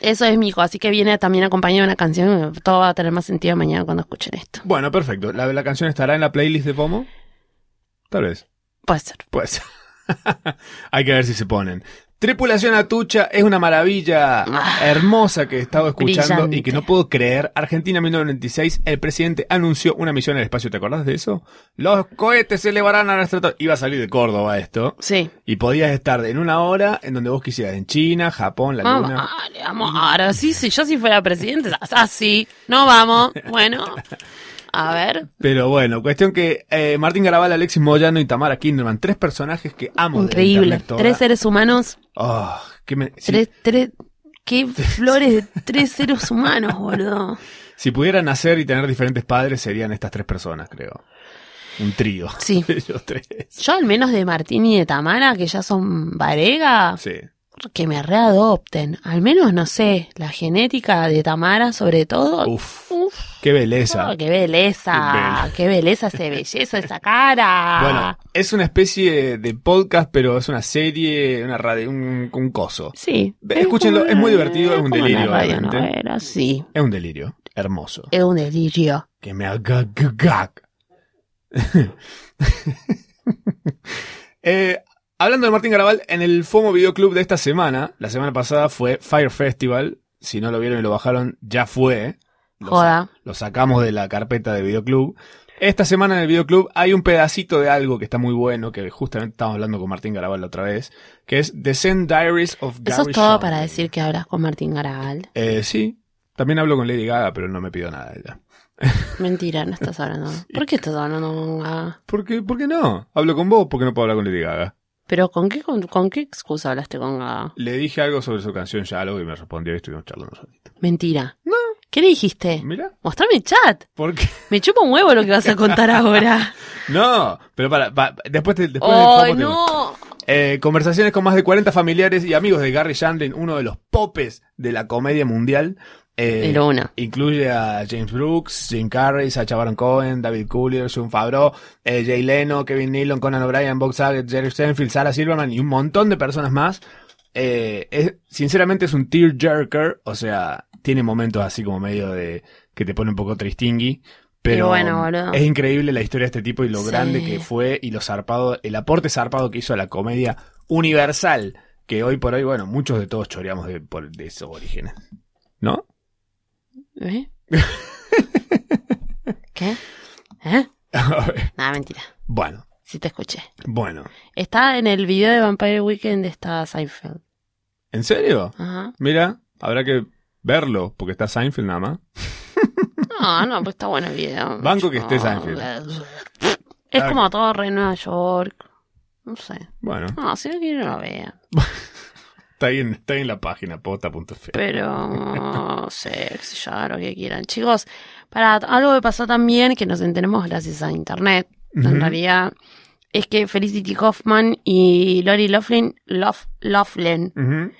Eso es mi hijo, así que viene también acompañado de una canción, todo va a tener más sentido mañana cuando escuchen esto. Bueno, perfecto. ¿La, la canción estará en la playlist de Pomo? Tal vez. Puede ser. Pues hay que ver si se ponen. Tripulación Atucha es una maravilla Ah, hermosa que he estado escuchando brillante. y que no puedo creer. Argentina 1996, el presidente anunció una misión al espacio. ¿Te acordás de eso? Los cohetes se elevarán a nuestra... to- Iba a salir de Córdoba esto. Sí. Y podías estar en una hora en donde vos quisieras, en China, Japón, la Vamos, luna. dale, vamos, ahora sí, si yo si fuera presidente, así, no vamos, bueno, a ver, Pero bueno, cuestión que eh, Martín Garabal, Alexis Moyano y Tamara Kinderman, tres personajes que amo. de la increíble, internet toda. tres seres humanos, Oh, que me- si- tres, tres, qué flores de tres seres humanos, boludo. Si pudieran nacer y tener diferentes padres, serían estas tres personas, creo. Un trío. Sí, Ellos tres. yo al menos de Martín y de Tamara, que ya son varegas, Sí. que me readopten, al menos, no sé, la genética de Tamara sobre todo, Uf. Uf, Qué belleza. oh, qué belleza, qué belleza esa belleza, esa cara. Bueno, es una especie de podcast, pero es una serie, una radio, un, un coso. Sí. Ve, escúchenlo, como es muy divertido, es un como una delirio, radionovela, obviamente. sí, Es un delirio. Hermoso. es un delirio. Que me haga gag. Eh, hablando de Martín Garabal, en el FOMO Videoclub de esta semana, la semana pasada fue Fire Festival. Si no lo vieron y lo bajaron, ya fue. Lo sa- Joda. Lo sacamos de la carpeta de Videoclub. Esta semana en el videoclub hay un pedacito de algo que está muy bueno, que justamente estábamos hablando con Martín Garabal la otra vez, que es The Zen Diaries of Gary Eso es todo Shandling. para decir que hablas con Martín Garagal. Eh, sí, también hablo con Lady Gaga, pero no me pido nada de ella. Mentira, no estás hablando. ¿Por qué estás hablando con Gaga? ¿Por qué, ¿Por qué no? Hablo con vos porque no puedo hablar con Lady Gaga. ¿Pero con qué, con, con qué excusa hablaste con Gaga? Le dije algo sobre su canción Shallow y me respondió y estuvimos charlando un ratito. Mentira. No. ¿Qué le dijiste? Mira, Mostrame el chat. ¿por qué? Me chupa un huevo lo que vas a contar ahora. No, pero para, pa- después, te- después del ¡Ay, foco te- no! Eh, conversaciones con más de 40 familiares y amigos de Gary Shandling, uno de los popes de la comedia mundial. Eh, Pero una. Incluye a James Brooks, Jim Carrey, Sacha Baron Cohen, David Cooley, Sean Favreau, eh, Jay Leno, Kevin Nealon, Conan O'Brien, Bob Saget, Jerry Seinfeld, Sarah Silverman y un montón de personas más. Eh, es- sinceramente es un tearjerker, o sea, tiene momentos así como medio de que te pone un poco tristingui. Pero Y bueno, boludo. es increíble la historia de este tipo y lo Sí. grande que fue y lo zarpado, el aporte zarpado que hizo a la comedia universal, que hoy por hoy, bueno, muchos de todos choreamos de, por- de esos orígenes. ¿No? ¿Eh? ¿Qué? ¿Eh? A ver. Nada, mentira. bueno, Sí te escuché. bueno. Está en el video de Vampire Weekend, está Seinfeld. ¿En serio? Ajá. Mira, habrá que verlo, porque está Seinfeld nada más. No, no, pues está bueno el video. Banco que esté No, Seinfeld. Es Ah, como todo re Nueva York. No sé. Bueno, No, si no quiero no lo vea. está ahí en, está ahí en la página pota.fe. Pero no sé, qué sé yo, hagan lo que quieran. Chicos, para algo que pasó también, que nos enteremos gracias a internet, Ujú. en realidad, es que Felicity Hoffman y Lori Loughlin, Lough- Loughlin. Ujú.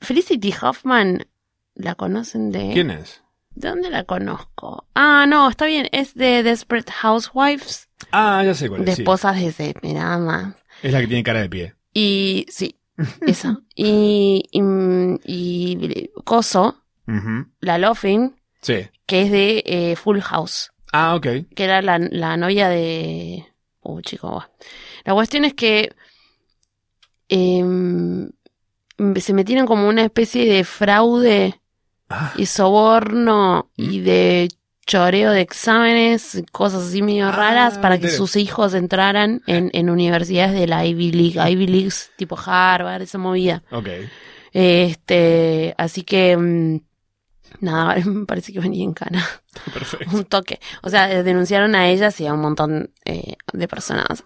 Felicity Hoffman, ¿la conocen de? ¿Quién es? ¿De dónde la conozco? Ah, no, está bien, es de Desperate Housewives, Ah, ya sé cuál de es. sí. esposas desesperadas. Es la que tiene cara de pie. Y sí, esa. Y, y, y Coso, Ujú. la Loughlin, Sí. que es de eh, Full House, Ah, ok. que era la, la novia de... Uh, chico, buah. La cuestión es que em, se metieron como una especie de fraude Ah, y soborno y de choreo de exámenes, cosas así medio Ah, raras, para que entiendo. sus hijos entraran en, en universidades de la Ivy League, Ivy Leagues tipo Harvard, esa movida. ok. Este, así que mm, nada, me parece que venía en cana, Perfecto. un toque. O sea, eh, denunciaron a ellas y a un montón eh, de personas.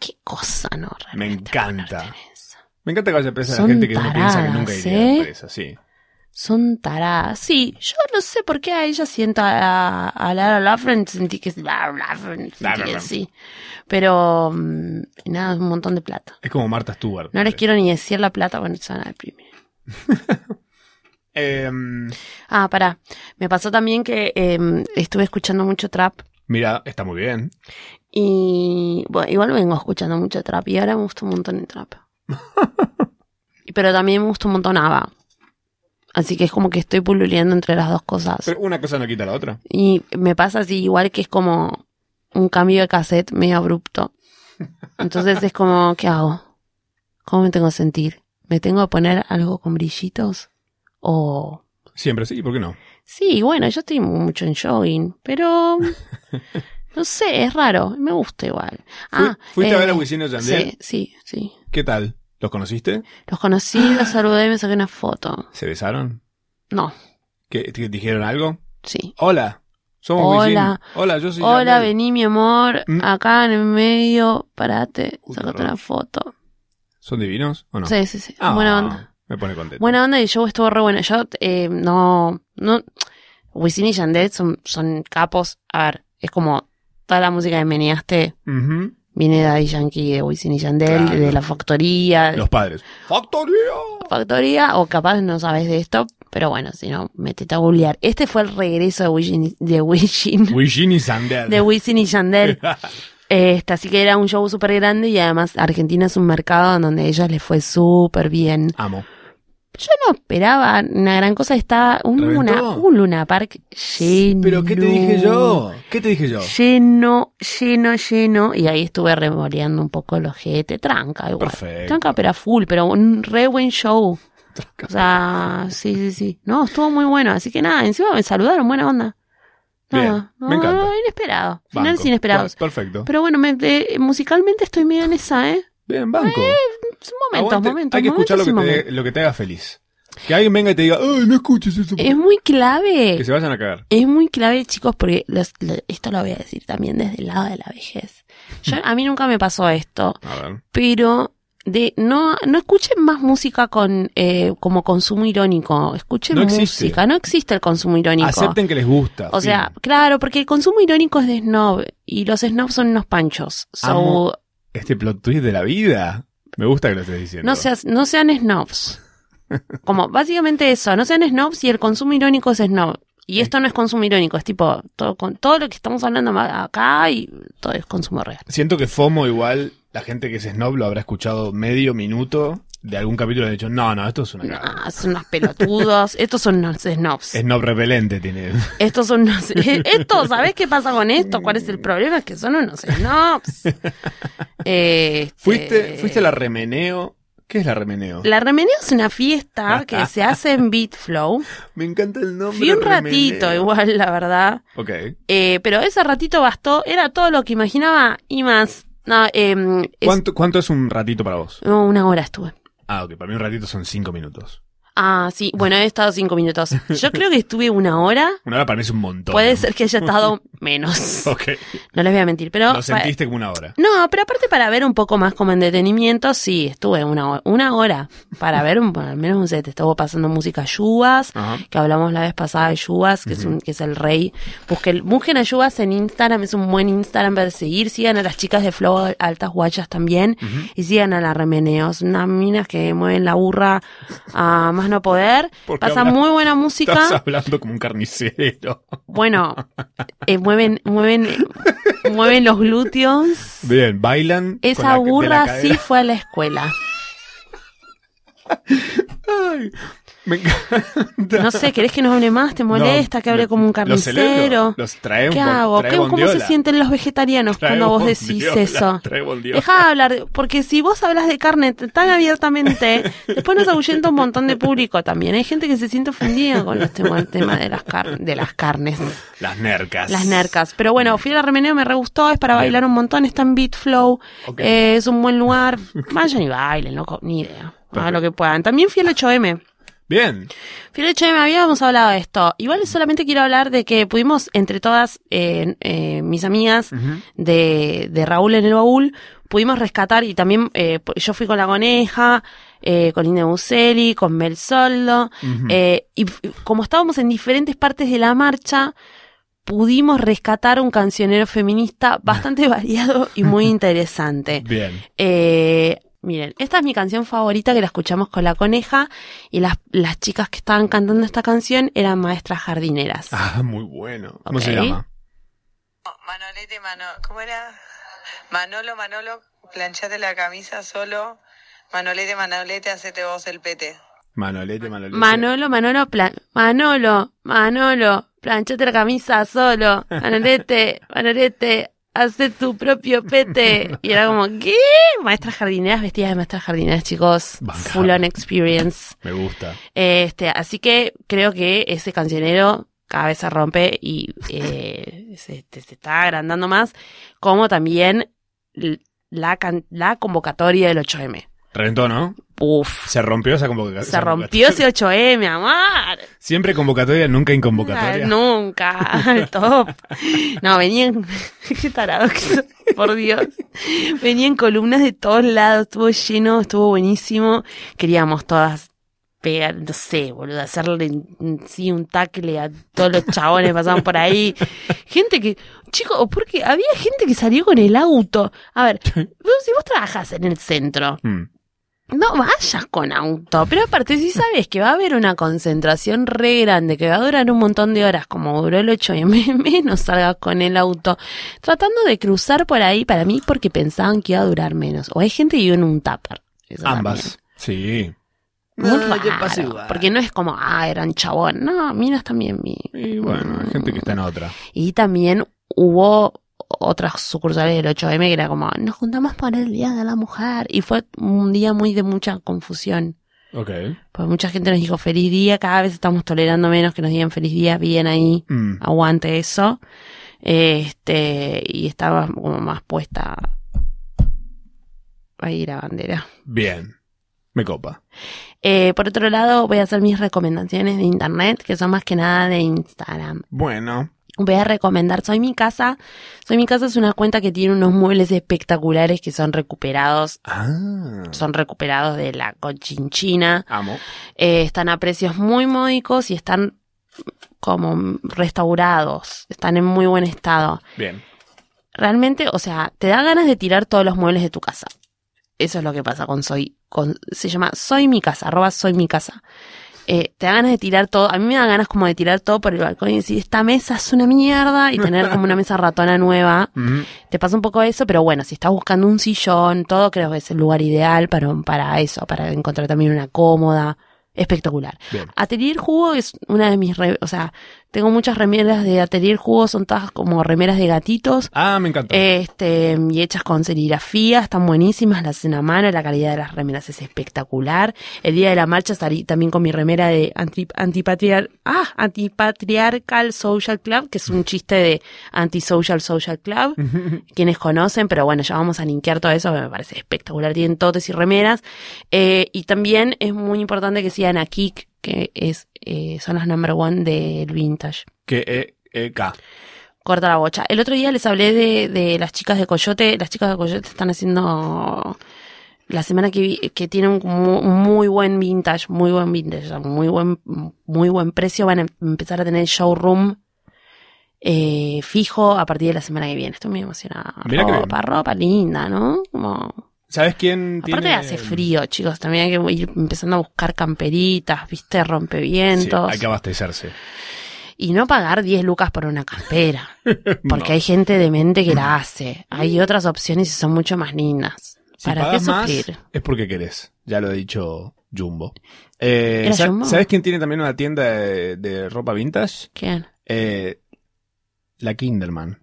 Qué cosa, ¿no? Me Realmente ponerte encanta. en eso. Me encanta que vaya presa la Son gente que uno piensa que taradas, nunca iría ¿eh? a presa, sí. Son taradas. Sí, yo no sé por qué a ella siento a, a Lara Laughlin, sentí que, Lara Laughlin, sentí Lara que Laughlin. sí. Pero mm, nada, es un montón de plata. Es como Marta Stewart. No les parece. quiero ni decir la plata, bueno, se van a deprimir. Em, Ah, pará. Me pasó también que em, estuve escuchando mucho trap mira, está muy bien. Y bueno, igual vengo escuchando mucho trap y ahora me gusta un montón el trap. Y- Pero también me gusta un montón ABBA. Así que es como que estoy pululeando entre las dos cosas. Pero una cosa no quita la otra. Y me pasa así igual que es como un cambio de cassette medio abrupto. Entonces es como, ¿qué hago? ¿Cómo me tengo que sentir? ¿Me tengo que poner algo con brillitos? ¿O Siempre sí, ¿por qué no? Sí, bueno, yo estoy mucho en jogging, pero no sé, es raro, me gusta igual. Ah, Fui- ¿Fuiste a eh, ver a Wisin y Yandel? Sí, sí, sí. ¿Qué tal? ¿Los conociste? Los conocí, los saludé, me saqué una foto. ¿Se besaron? No, ¿Qué, te dijeron algo? sí. Hola, somos Hola. Wisin. Hola, yo soy Hola, Yandel. vení mi amor, Mm. acá en el medio, parate, Uy, qué sacate raro. una foto. ¿Son divinos o no? Sí, sí, sí. Ah, Buena onda. Me pone contento. Buena onda y el show estuvo re bueno. Yo, eh, no, no, Wisin y Yandel son, son capos. A ver, es como toda la música que meneaste. Ujú. Viene Daddy Yankee de Wisin y Yandel, Claro. de la factoría. Los padres. ¡Factoría! Factoría, o capaz no sabes de esto, pero bueno, si no, metete a googlear. Este fue el regreso de Wisin, y- de Wisin, Wisin y Sandel. de Wisin y Yandel. Este, así que era un show súper grande y además Argentina es un mercado en donde a ellos les fue súper bien. Amo. Yo no esperaba una gran cosa, está un, ¿Reventó? luna, un Luna Park lleno. ¿Pero qué te dije yo? ¿Qué te dije yo? Lleno, lleno, lleno. Y ahí estuve remoleando un poco el ojete. Tranca, igual. Perfecto. Tranca, pero a full, pero un re buen show. O sea, sí, sí, sí. No, estuvo muy bueno. Así que nada, encima me saludaron, buena onda. Bien, Ah, me encanta. ah, Inesperado. Finales Banco. inesperados. Per- Perfecto. Pero bueno, me- de- musicalmente estoy medio en esa, ¿eh? Bien, banco. Son eh, momentos, Aguante. momentos. Hay que escuchar lo momentos que, y te, lo que te haga feliz. Que alguien venga y te diga, ¡ay, no escuches eso! momentos. Es muy clave. Que se vayan a cagar. Es muy clave, chicos, porque los- lo- esto lo voy a decir también desde el lado de la vejez. Yo, a mí nunca me pasó esto, A ver. pero de no no escuchen más música con eh, como consumo irónico. Escuchen No música, existe. no existe el consumo irónico. Acepten que les gusta. o fin. sea, claro, porque el consumo irónico es de snob y los snobs son unos panchos. So, Amo. Este plot twist de la vida. Me gusta que lo estés diciendo. no seas no sean snobs. Como básicamente eso, no sean snobs y el consumo irónico es snob. Y esto no es consumo irónico, es tipo todo con todo lo que estamos hablando ma- acá y todo es consumo real. Siento que FOMO igual, la gente que es snob lo habrá escuchado medio minuto de algún capítulo y ha dicho, no, no, esto es una cagada. No, Ah, son unos pelotudos, estos son unos snobs. Snob repelente tiene. Estos son unos esto, ¿sabés qué pasa con esto? ¿Cuál es el problema? Es que son unos snobs. pues, Este- ¿Fuiste, ¿Fuiste a la remeneo? ¿Qué es la remeneo? La Remeneo es una fiesta que se hace en Beatflow. Me encanta el nombre. Fui un remeneo. ratito igual, la verdad. Ok. Eh, pero ese ratito bastó, era todo lo que imaginaba y más. No, em, es- ¿Cuánto, ¿Cuánto es un ratito para vos? no, una hora estuve. Ah, ok, para mí un ratito son cinco minutos. Ah, sí, bueno, he estado cinco minutos. Yo creo que estuve una hora. Una hora para mí es un montón. Puede ser que haya estado menos. Ok. No les voy a mentir, pero... Lo sentiste como una hora. No, pero aparte para ver un poco más como en detenimiento, sí, estuve una, ho- una hora para ver un, al menos un set. Estuvo pasando música Yuvas, Ajá. que hablamos la vez pasada de Yuvas, que, es, un, que es el rey. Busquen, busquen a Yuvas en Instagram, es un buen Instagram para seguir. Sigan a las chicas de Flow Altas Guayas también. Y sigan a las Remeneos, unas minas que mueven la burra a más no poder. ¿Por qué Pasan hablas? muy buena Estás música. hablando como un carnicero. Bueno, eh, mueven, mueven, mueven los glúteos. Bien, bailan. con la- Esa de la burra sí cadera. fue a la escuela. Ay, me encanta. No sé, ¿querés que no hable más? ¿Te molesta No, que hable me- como un lo celebro. carnicero? Los, traemos. ¿Qué hago? ¿Qué- ¿Cómo se sienten los vegetarianos cuando vos decís eso? Dejá de hablar, de- porque si vos hablas de carne t- tan abiertamente, después nos ahuyenta un montón de público también. Hay gente que se siente ofendida con este el tema de las, car- de las carnes, Las nercas. las nercas. Pero bueno, fui a la remeneo, me re gustó, es para Bien. bailar un montón, está en Beat Flow, Ok. eh, es un buen lugar. Vayan y bailen, loco, ni idea. Hagan lo que puedan. También fui al 8M. Bien. Filoche, me habíamos hablado de esto. Igual solamente quiero hablar de que pudimos, entre todas eh, eh, mis amigas de, de Raúl en el baúl, pudimos rescatar y también eh, pu- yo fui con la coneja, eh, con Inde Buseli, con Mel Soldo, Mm. eh, y f- como estábamos en diferentes partes de la marcha, pudimos rescatar un cancionero feminista bastante variado y muy interesante. Bien. Eh, miren, esta es mi canción favorita que la escuchamos con la coneja y las, las chicas que estaban cantando esta canción eran maestras jardineras. Ah, muy bueno. ¿Cómo se Ok. llama? Manolete, Mano, ¿cómo era? Manolo, Manolo, planchate la camisa solo. Manolete, Manolete, hacete vos el pete. Manolete, Manolete. Manolo, Manolo, plan- Manolo, Manolo, planchate la camisa solo, Manolete, Manolete, hace tu propio pete. Y era como, ¿qué? Maestras jardineras vestidas de maestras jardineras, chicos. Bancame. Full on experience. Me gusta. Este, así que creo que ese cancionero cada vez se rompe y eh, se, te- se está agrandando más, como también l- la, can- la convocatoria del 8M. Reventó, ¿no? Uf, Se rompió esa convoca- se esa convocatoria. rompió ese 8M, amar. Siempre convocatoria, nunca inconvocatoria. Ah, nunca, al top. No, venían, qué tarado que soy, por Dios. Venían columnas de todos lados, estuvo lleno, estuvo buenísimo. Queríamos todas pegar, no sé, boludo, hacerle un- sí, un tackle a todos los chabones que pasaban por ahí. Gente que, chicos, porque había gente que salió con el auto. A ver, vos- si vos trabajás en el centro, Mm. no vayas con auto, pero aparte si sabes que va a haber una concentración re grande que va a durar un montón de horas como duró el 8 y me- menos salgas con el auto tratando de cruzar por ahí para mí porque pensaban que iba a durar menos. O hay gente que vive en un tupper. eso Ambas. Sí. también. Muy raro, porque no es como, ah, eran chabón. No, minas también. vi. Y bueno, hay gente que está en otra. Y también hubo otras sucursales del 8M que era como, nos juntamos para el Día de la Mujer. Y fue un día muy de mucha confusión. Ok. Porque Pues mucha gente nos dijo feliz día, cada vez estamos tolerando menos que nos digan feliz día, bien ahí, Mm. aguante eso. Este, y estaba como más puesta ahí la bandera. Bien. Me copa. Eh, por otro lado, voy a hacer mis recomendaciones de internet, que son más que nada de Instagram. Bueno. Voy a recomendar Soy Mi Casa. Soy Mi Casa es una cuenta que tiene unos muebles espectaculares que son recuperados, Ah. son recuperados de la cochinchina. Amo. Eh, están a precios muy módicos y están como restaurados. Están en muy buen estado. Bien. Realmente, o sea, te da ganas de tirar todos los muebles de tu casa. Eso es lo que pasa con Soy. Con, se llama Soy mi casa, arroba Soy mi casa. Eh, te da ganas de tirar todo. A mí me da ganas como de tirar todo por el balcón y decir, esta mesa es una mierda y tener como una mesa ratona nueva. Ujú. Te pasa un poco eso, pero bueno, si estás buscando un sillón, todo creo que es el lugar ideal para, para eso, para encontrar también una cómoda. Espectacular. Bien. Atelier Jugo es una de mis... re- o sea, tengo muchas remeras de Atelier Jugo, son todas como remeras de gatitos. Ah, me encantó. Este, y hechas con serigrafía, están buenísimas, las hacen a mano, la calidad de las remeras es espectacular. El día de la marcha salí también con mi remera de anti, antipatriar, ah, antipatriarcal social club, que es un chiste de antisocial social club, quienes conocen, pero bueno, ya vamos a linkear todo eso, me parece espectacular, tienen totes y remeras. Eh, y también es muy importante que sigan a Kik, que es, eh, son las number one del vintage. que e, e K. Corta la bocha. El otro día les hablé de, de las chicas de Coyote. Las chicas de Coyote están haciendo la semana que, vi- que tienen un mu- muy buen vintage, muy buen vintage, o sea, muy buen, muy buen precio. Van a empezar a tener showroom eh, fijo a partir de la semana que viene. Estoy muy emocionada. Mirá qué bien. ropa, ropa linda, ¿no? Como... ¿Sabes quién Aparte tiene? hace frío, chicos. También hay que ir empezando a buscar camperitas, viste, Sí, rompevientos. hay que abastecerse. Y no pagar 10 lucas por una campera. Porque hay gente demente que la hace. Hay otras opciones y son mucho más lindas. Si ¿Para qué pagas más, sufrir? es porque querés. Ya lo ha dicho Jumbo. Eh, ¿Era ¿sa- Jumbo? ¿Sabes quién tiene también una tienda de, de ropa vintage? ¿Quién? Eh, la Kinderman.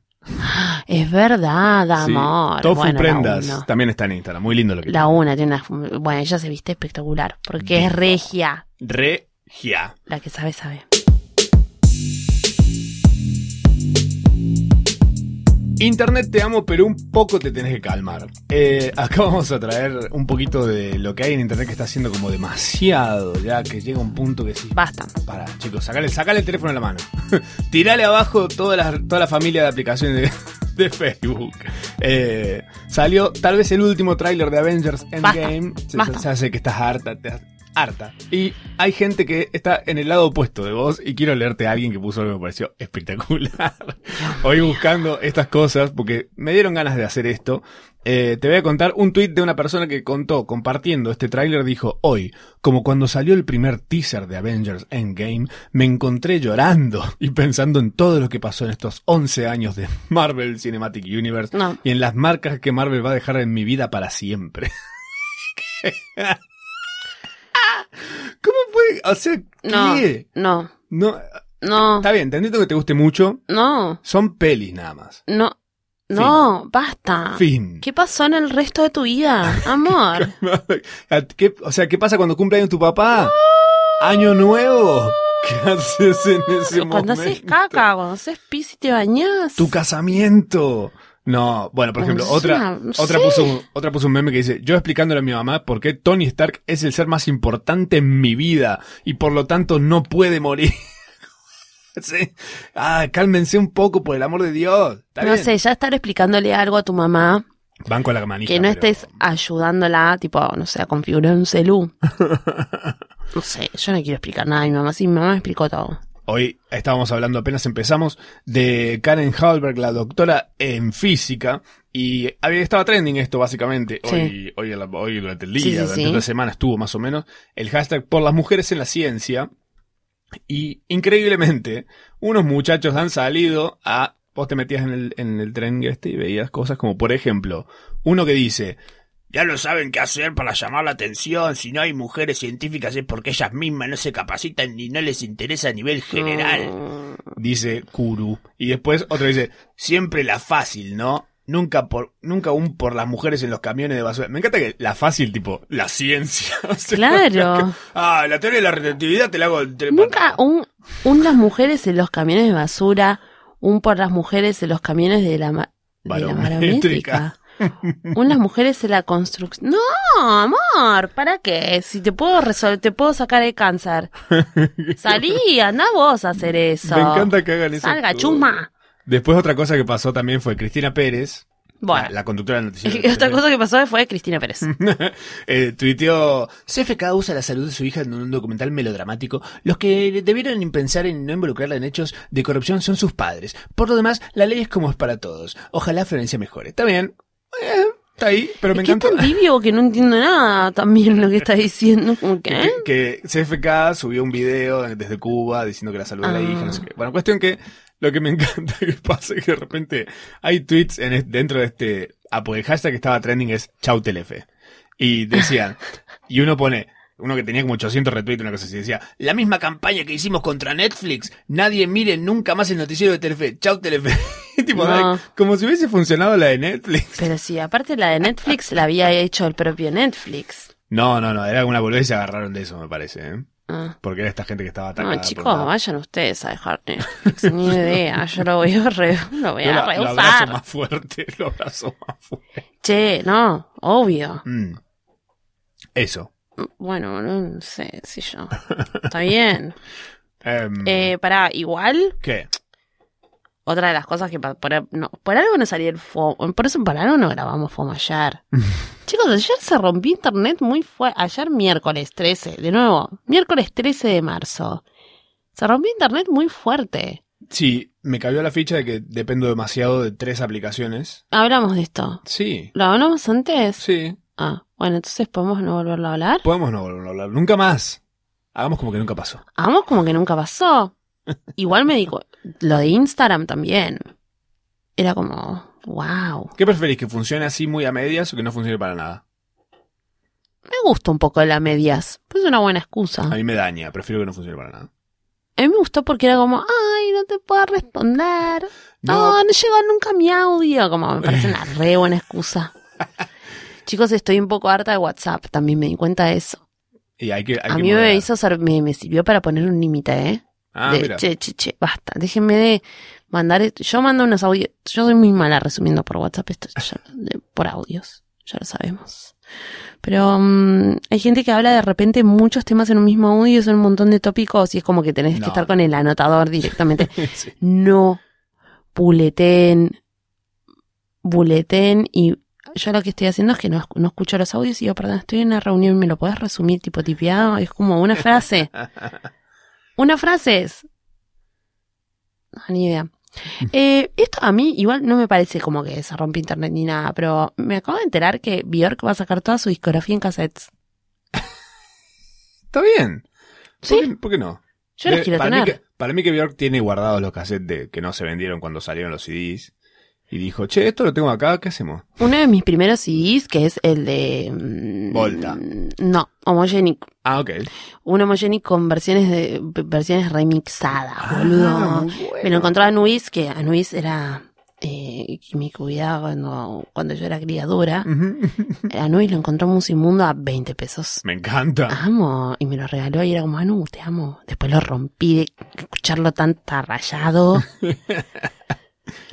Es verdad, Sí. amor. Tofu bueno, Prendas La una. también está en Instagram. Muy lindo lo que La una tiene una. Bueno, ella se viste espectacular. Porque es Bien. regia. tiene. Regia. La que sabe, sabe. Internet te amo, pero un poco te tenés que calmar. Eh, acá vamos a traer un poquito de lo que hay en Internet que está haciendo como demasiado, ya que llega un punto que sí. Basta. Para, chicos, sacale, sacale el teléfono a la mano. Tirale abajo toda la, toda la familia de aplicaciones de, de Facebook. Eh, salió tal vez el último tráiler de Avengers Endgame. Se- basta. se, hace que estás harta, te has- harta. Y hay gente que está en el lado opuesto de vos y quiero leerte a alguien que puso algo que me pareció espectacular. Hoy buscando estas cosas porque me dieron ganas de hacer esto. Eh, te voy a contar un tuit de una persona que contó, compartiendo este tráiler, dijo, hoy, como cuando salió el primer teaser de Avengers Endgame, me encontré llorando y pensando en todo lo que pasó en estos 11 años de Marvel Cinematic Universe No. y en las marcas que Marvel va a dejar en mi vida para siempre. ¿Cómo puede? O sea, No. ¿qué? No. No, No. está bien, te entiendo que te guste mucho. No. Son pelis nada más. No. No. Basta. Fin. ¿Qué pasó en el resto de tu vida, amor? ¿Qué- o sea, ¿qué pasa cuando cumple años tu papá? ¿Año nuevo? ¿Qué haces en ese momento? Cuando haces caca, cuando haces pis y te bañas. Tu casamiento. No, bueno, por No ejemplo, sé, otra, no otra, sé. puso, un- otra puso un meme que dice, yo explicándole a mi mamá por qué Tony Stark es el ser más importante en mi vida y por lo tanto no puede morir. Sí. Ah, cálmense un poco, por el amor de Dios. Está No bien. sé, ya estar explicándole algo a tu mamá Van con la manija. que no pero- estés ayudándola, tipo, no sé, a configurar un celú. No sé, yo no quiero explicar nada a mi mamá. Sí, mi mamá me explicó todo. Hoy estábamos hablando, apenas empezamos, de Karen Halberg, la doctora en física, y había estaba trending esto básicamente, Sí. hoy, hoy, a la- hoy durante el día, Sí, sí, durante sí. la semana estuvo más o menos, el hashtag por las mujeres en la ciencia, y increíblemente, unos muchachos han salido a... Vos te metías en el, en el tren este y veías cosas como, por ejemplo, uno que dice, ya lo saben qué hacer para llamar la atención. Si no hay mujeres científicas es porque ellas mismas no se capacitan ni no les interesa a nivel general. Mm, Dice Kuru. Y después otro dice, siempre la fácil, ¿no? Nunca por, nunca un por las mujeres en los camiones de basura. Me encanta que la fácil, tipo, la ciencia. O sea, Claro. Ah, la teoría de la retentividad te la hago en tres Nunca patadas. un, un las mujeres en los camiones de basura, un por las mujeres en los camiones de la, ma- de la Barométrica. maramétrica. Un las mujeres en la construcción. No, amor, ¿para qué? Si te puedo resolver, te puedo sacar el cáncer. Salí, anda vos a hacer eso. Me encanta que hagan eso. Salga, chuma. Después otra cosa que pasó también fue Cristina Pérez, Bueno. la, la conductora de noticias. Y Otra cosa que pasó fue Cristina Pérez. eh, tuiteó, CFK usa la salud de su hija en un documental melodramático. Los que debieron pensar en no involucrarla en hechos de corrupción son sus padres. Por lo demás, la ley es como es para todos. Ojalá Florencia mejore. Está bien. Eh, está ahí, pero me Es que es encanta tan tibio que no entiendo nada también lo que está diciendo. Como que, ¿eh? que, que CFK subió un video desde Cuba diciendo que la salud de la Ah. hija, no sé qué. Bueno, cuestión que lo que me encanta que pasa es que de repente hay tweets en es- dentro de este... Ah, pues el hashtag que estaba trending es Chau Telefe. Y decían, y uno pone, uno que tenía como 800 retweets, una cosa así, decía, la misma campaña que hicimos contra Netflix, nadie mire nunca más el noticiero de Telefe, Chau Telefe. Y tipo, No. like, como si hubiese funcionado la de Netflix. Pero sí, aparte la de Netflix la había hecho el propio Netflix. No, no, no, era alguna boludez y se agarraron de eso, me parece, ¿eh? Ah. Porque era esta gente que estaba atacada. No, por chicos, nada. vayan ustedes a dejar Netflix. Ni idea, yo lo voy a, re- lo voy Yo a la- lo abrazo rehusar. más fuerte, lo abrazo más fuerte. Che, no, obvio. Mm. Eso. Bueno, no sé, sí yo. Está bien. Em, Eh, pará, igual, ¿Qué? otra de las cosas que pa- por, no, por algo no salía el FOMO, por eso por algo no grabamos FOMO ayer. Chicos, ayer se rompió internet muy fuerte, ayer miércoles 13, de nuevo, miércoles 13 de marzo. Se rompió internet muy fuerte. Sí, me cayó la ficha de que dependo demasiado de tres aplicaciones. Hablamos de esto. Sí, ¿Lo hablamos antes? sí. Ah, bueno, entonces podemos no volverlo a hablar. Podemos no volver a hablar nunca más. Hagamos como que nunca pasó. Hagamos como que nunca pasó. Igual me digo, lo de Instagram también. Era como, wow. ¿Qué preferís? ¿Que funcione así muy a medias o que no funcione para nada? Me gusta un poco la medias. Pues es una buena excusa. A mí me daña, prefiero que no funcione para nada. A mí me gustó porque era como, ay, no te puedo responder. No, No, no llegó nunca mi audio. Como me parece una re buena excusa. Chicos, estoy un poco harta de WhatsApp. También me di cuenta de eso. y hay que. hay A que mí me, moderar. hizo, ser- me, me sirvió para poner un límite, ¿eh? Ah, de, mira. Che, che, che, basta. Déjenme de mandar. esto. Yo mando unos audios. Yo soy muy mala resumiendo por WhatsApp esto, ya- de- por audios. Ya lo sabemos. Pero mm, hay gente que habla de repente muchos temas en un mismo audio, son un montón de tópicos y es como que tenés No. que estar con el anotador directamente. Sí. no buleten, buleten y yo lo que estoy haciendo es que no, escu- no escucho los audios y digo, perdón, estoy en una reunión, ¿me lo podés resumir tipo tipeado? Es como una frase. Una frase es. No, ni idea. Eh, esto a mí igual no me parece como que se rompe internet ni nada, pero me acabo de enterar que Bjork va a sacar toda su discografía en cassettes. Está bien. ¿Por Sí. qué- ¿Por qué no? Yo las Debe- quiero Eh, para tener. Mí que, para mí que Bjork tiene guardados los cassettes de- que no se vendieron cuando salieron los CDs. Y dijo, che, esto lo tengo acá, ¿qué hacemos? Uno de mis primeros CDs, que es el de. mm, Volta. No, Homogenic. Ah, ok. Un Homogenic con versiones de versiones remixadas, boludo. Ah, muy bueno. Me lo encontró Anuis, que Anuis era eh, que me cuidaba cuando, cuando yo era criadura. Ujú. Anuis lo encontró en Musimundo a 20 pesos. Me encanta. Amo, y me lo regaló y era como, Anu, te amo. Después lo rompí de escucharlo tan tan rayado.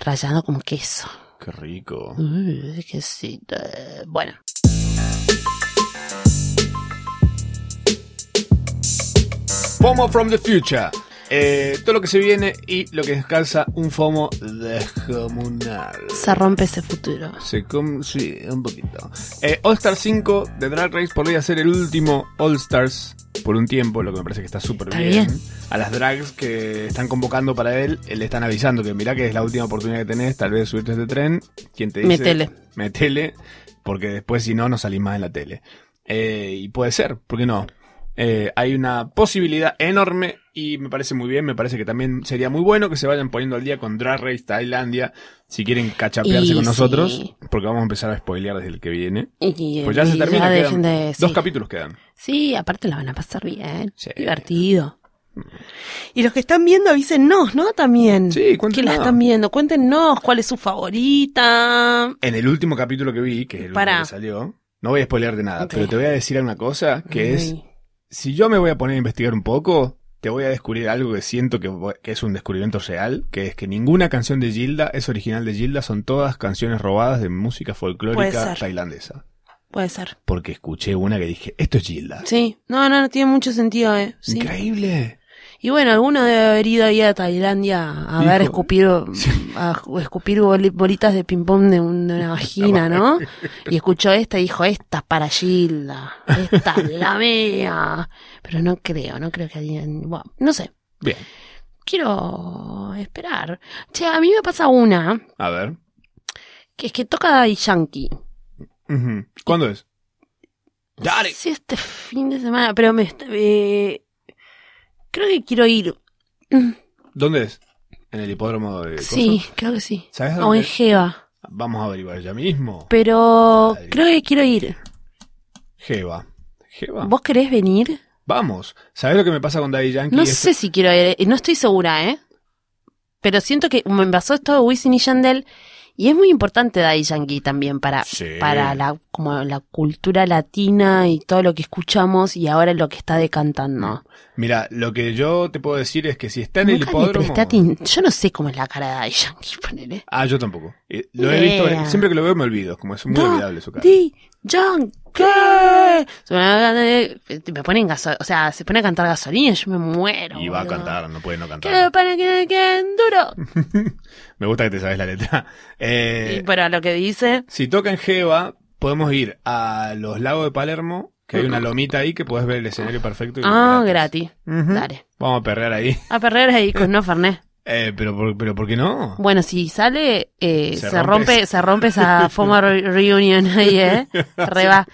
rayado como queso. Qué rico. Uh, quesito. eh, Bueno. FOMO from the future. Eh, todo lo que se viene y lo que descansa un FOMO descomunal. Se rompe ese futuro. Se com- sí, un poquito. Eh, All Star 5 de Drag Race podría ser el último All Stars por un tiempo, lo que me parece que está súper Está bien. bien. A las drags que están convocando para él, eh, le están avisando que mirá que es la última oportunidad que tenés, tal vez subirte a este tren. ¿Quién te dice? Metele. Metele, porque después si no, no salís más en la tele. Eh, y puede ser, ¿por qué no? Eh, hay una posibilidad enorme y me parece muy bien, me parece que también sería muy bueno que se vayan poniendo al día con Drag Race Tailandia, si quieren cachapearse Y con sí. nosotros, porque vamos a empezar a spoilear desde el que viene. Y, Pues ya se y termina, quedan dejen de- Dos sí. Mm. capítulos quedan. Sí, aparte la van a pasar bien. Sí. Divertido. Y los que están viendo avísennos, ¿no? También. Sí, Que cuéntenos. la están viendo, cuéntenos cuál es su favorita. En el último capítulo que vi, que es el último Pará. que salió, no voy a spoilear de nada, Ok. pero te voy a decir una cosa que es, Ay. si yo me voy a poner a investigar un poco, te voy a descubrir algo que siento que, vo- que es un descubrimiento real, que es que ninguna canción de Gilda es original de Gilda, son todas canciones robadas de música Puede folclórica ser. tailandesa. Puede ser. Porque escuché una que dije, esto es Gilda. Sí. No, no, no tiene mucho sentido, ¿eh? Sí. Increíble. Y bueno, alguno debe haber ido ahí a Tailandia a Hijo. ver escupir, a escupir boli- bolitas de ping-pong de, un- de una vagina, ¿no? Y escuchó esta y dijo, esta es para Gilda, esta es la mía. Pero no creo, no creo que alguien... Bueno, no sé, Bien, quiero esperar. Che, a mí me pasa una, a ver. que es que toca Daddy Yankee. Ujú. ¿Cuándo es? Dale. Sí, este fin de semana, pero me... está- eh, creo que quiero ir. ¿Dónde es? ¿En el hipódromo de... Coso? Sí, creo que sí. ¿Sabes O dónde? en Jeva. Vamos a averiguar ya mismo. Pero Dale. creo que quiero ir. Jeva. Jeva. ¿Vos querés venir? Vamos. ¿Sabes lo que me pasa con Daddy Yankee? No Esto- sé si quiero ir. eh, No estoy segura, ¿eh? Pero siento que me pasó esto de Wisin y Yandel. Y es muy importante Daddy Yankee también para, Sí. para la, como la cultura latina y todo lo que escuchamos y ahora lo que está decantando. Mira, lo que yo te puedo decir es que si está en el Nunca le hipódromo. presté atin- Yo no sé cómo es la cara de Daddy Yankee, ponele. Ah, yo tampoco. Eh, Lo he Ni visto, idea. siempre que lo veo me olvido, como es muy Da- olvidable su cara. Daddy Yankee. Se Me me ponen gaso- o sea, se pone a cantar gasolina y yo me muero. Y va a boludo. cantar, no puede no Que cantar. para que queden duro. Me gusta que te sabes la letra. Eh, Y para lo que dice. Si toca en Jeva, podemos ir a los lagos de Palermo, que hay una lomita ahí que puedes ver el escenario perfecto. y Ah, gratis. Ujú. Dale. Vamos a perrear ahí. A perder ahí con no Fernet. Eh, pero, por- pero ¿por qué no? Bueno, si sale, eh, Se se, rompe rompe, esa- se rompe esa FOMA re- reunion ahí, ¿eh? Reba.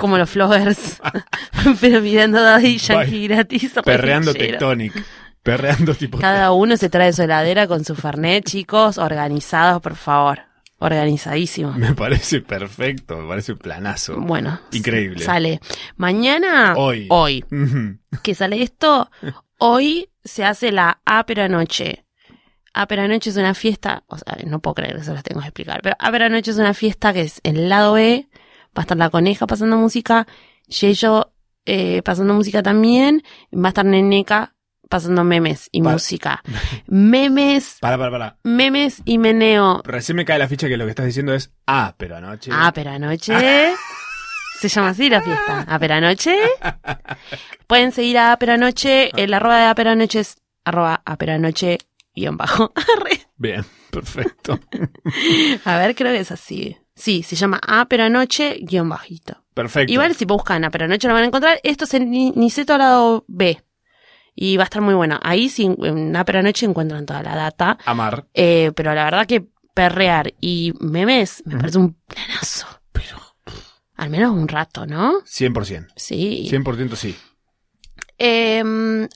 Como los flowers. Pero mirando Daddy Yankee gratis. Perreando rechero. Tectonic. Perreando tipo. Cada uno se trae su heladera con su Fernet, chicos. Organizados, por favor. Organizadísimos. Me parece perfecto, me parece un planazo. Bueno. Increíble. Sale. Mañana. Hoy. Hoy. Ujú. que sale esto, hoy se hace la Ápera Noche. Ápera Noche es una fiesta, o sea, no puedo creer que se las tengo que explicar, pero Ápera Noche es una fiesta que es en el lado B, va a estar la coneja pasando música, Yello eh, pasando música también, va a estar Neneca pasando memes y Pa- música. Memes, Para, para, para. memes y meneo. Recién me cae la ficha que lo que estás diciendo es, ah, pero anoche. Ápera Noche. Se llama así la fiesta. Ápera Noche. Pueden seguir a Ápera Noche. El arroba de Ápera Noche es arroba Ápera Noche guión bajo. Arre. Bien, perfecto. A ver, creo que es así. Sí, se llama Ápera Noche guión bajito. Perfecto. Igual si buscan Ápera Noche lo van a encontrar. Esto es en Ni- Niceto al lado B. Y va a estar muy bueno. Ahí sí, en Ápera Noche encuentran toda la data. Amar. Eh, pero la verdad que perrear y memes me parece un planazo. Pero. Al menos un rato, ¿no? 100%. Sí. 100% sí. Eh,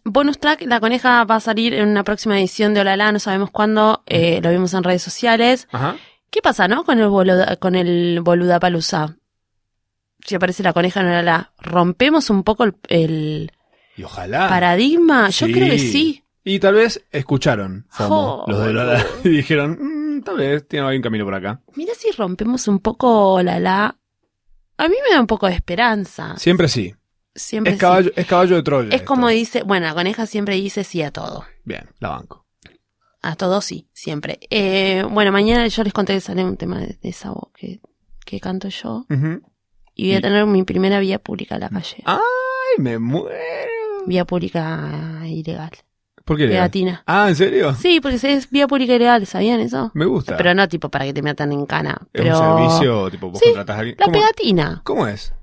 bonus track, la coneja va a salir en una próxima edición de Olala, no sabemos cuándo, eh, lo vimos en redes sociales. Ajá. ¿Qué pasa, no? Con el boluda, con el boluda palusa. Si aparece la coneja en Olala, ¿rompemos un poco el, el Y ojalá. paradigma? Yo Ah, Sí. creo que sí. Y tal vez escucharon FOMO, Jo. los de Lola, y dijeron, "Mm, tal vez tiene algún camino por acá. Mira si rompemos un poco Olala. A mí me da un poco de esperanza. Siempre sí. Ah. Siempre Es sí. caballo, es caballo de Troya. Es esto. como dice, bueno, la coneja siempre dice sí a todo. Bien, la banco. A todos sí, siempre. Eh, bueno, mañana yo les conté que sale un tema de, de esa voz que, que canto yo. Ujú. Y Y- voy Mm. Ah. a tener mi primera vía pública en la calle. Ay, me muero. Vía pública ilegal. ¿Por qué? le- Pegatina. Ah, ¿en serio? Sí, porque se- es vía pública ilegal, ¿sabían eso? Me gusta. Pero no tipo para que te metan en cana. es Pero un servicio, tipo, vos Sí, contratás a alguien. La ¿Cómo, pegatina. cómo es?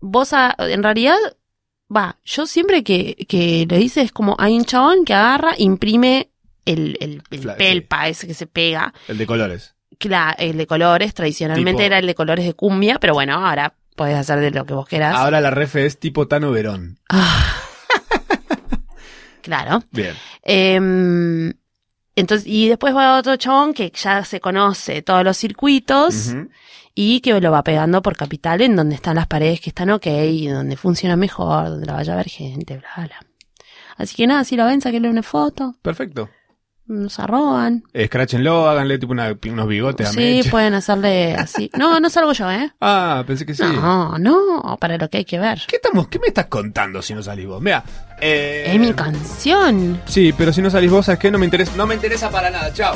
Vos, a- en realidad, va, yo siempre que, que lo hice es como hay un chabón que agarra, imprime el, el, el Fla- sí. pelpa ese que se pega. El de colores. Claro, el de colores, tradicionalmente Tipo- era el de colores de cumbia, pero bueno, ahora podés hacer de lo que vos quieras. Ahora la ref es tipo Tano Verón. Ah. claro. Bien. Em, entonces, y después va otro chabón que ya se conoce todos los circuitos Ujú. y que lo va pegando por capital en donde están las paredes que están ok, donde funciona mejor, donde la vaya a ver gente, bla, bla. Así que nada, si lo ven, saquenle una foto, Perfecto. nos arroban. Escráchenlo, Eh, háganle tipo una- unos bigotes a Sí, Meche. pueden hacerle así. No, no salgo yo, ¿eh? Ah, pensé que sí. No, no, para lo que hay que ver. ¿Qué, estamos, ¿Qué me estás contando si no salís vos? Mira, eh... Es mi canción. Sí, pero si no salís vos, ¿sabes qué? No me interesa, no me interesa para nada. Chao.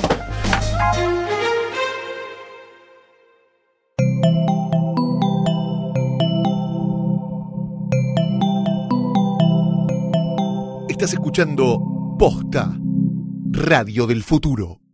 Estás escuchando Posta Radio del Futuro.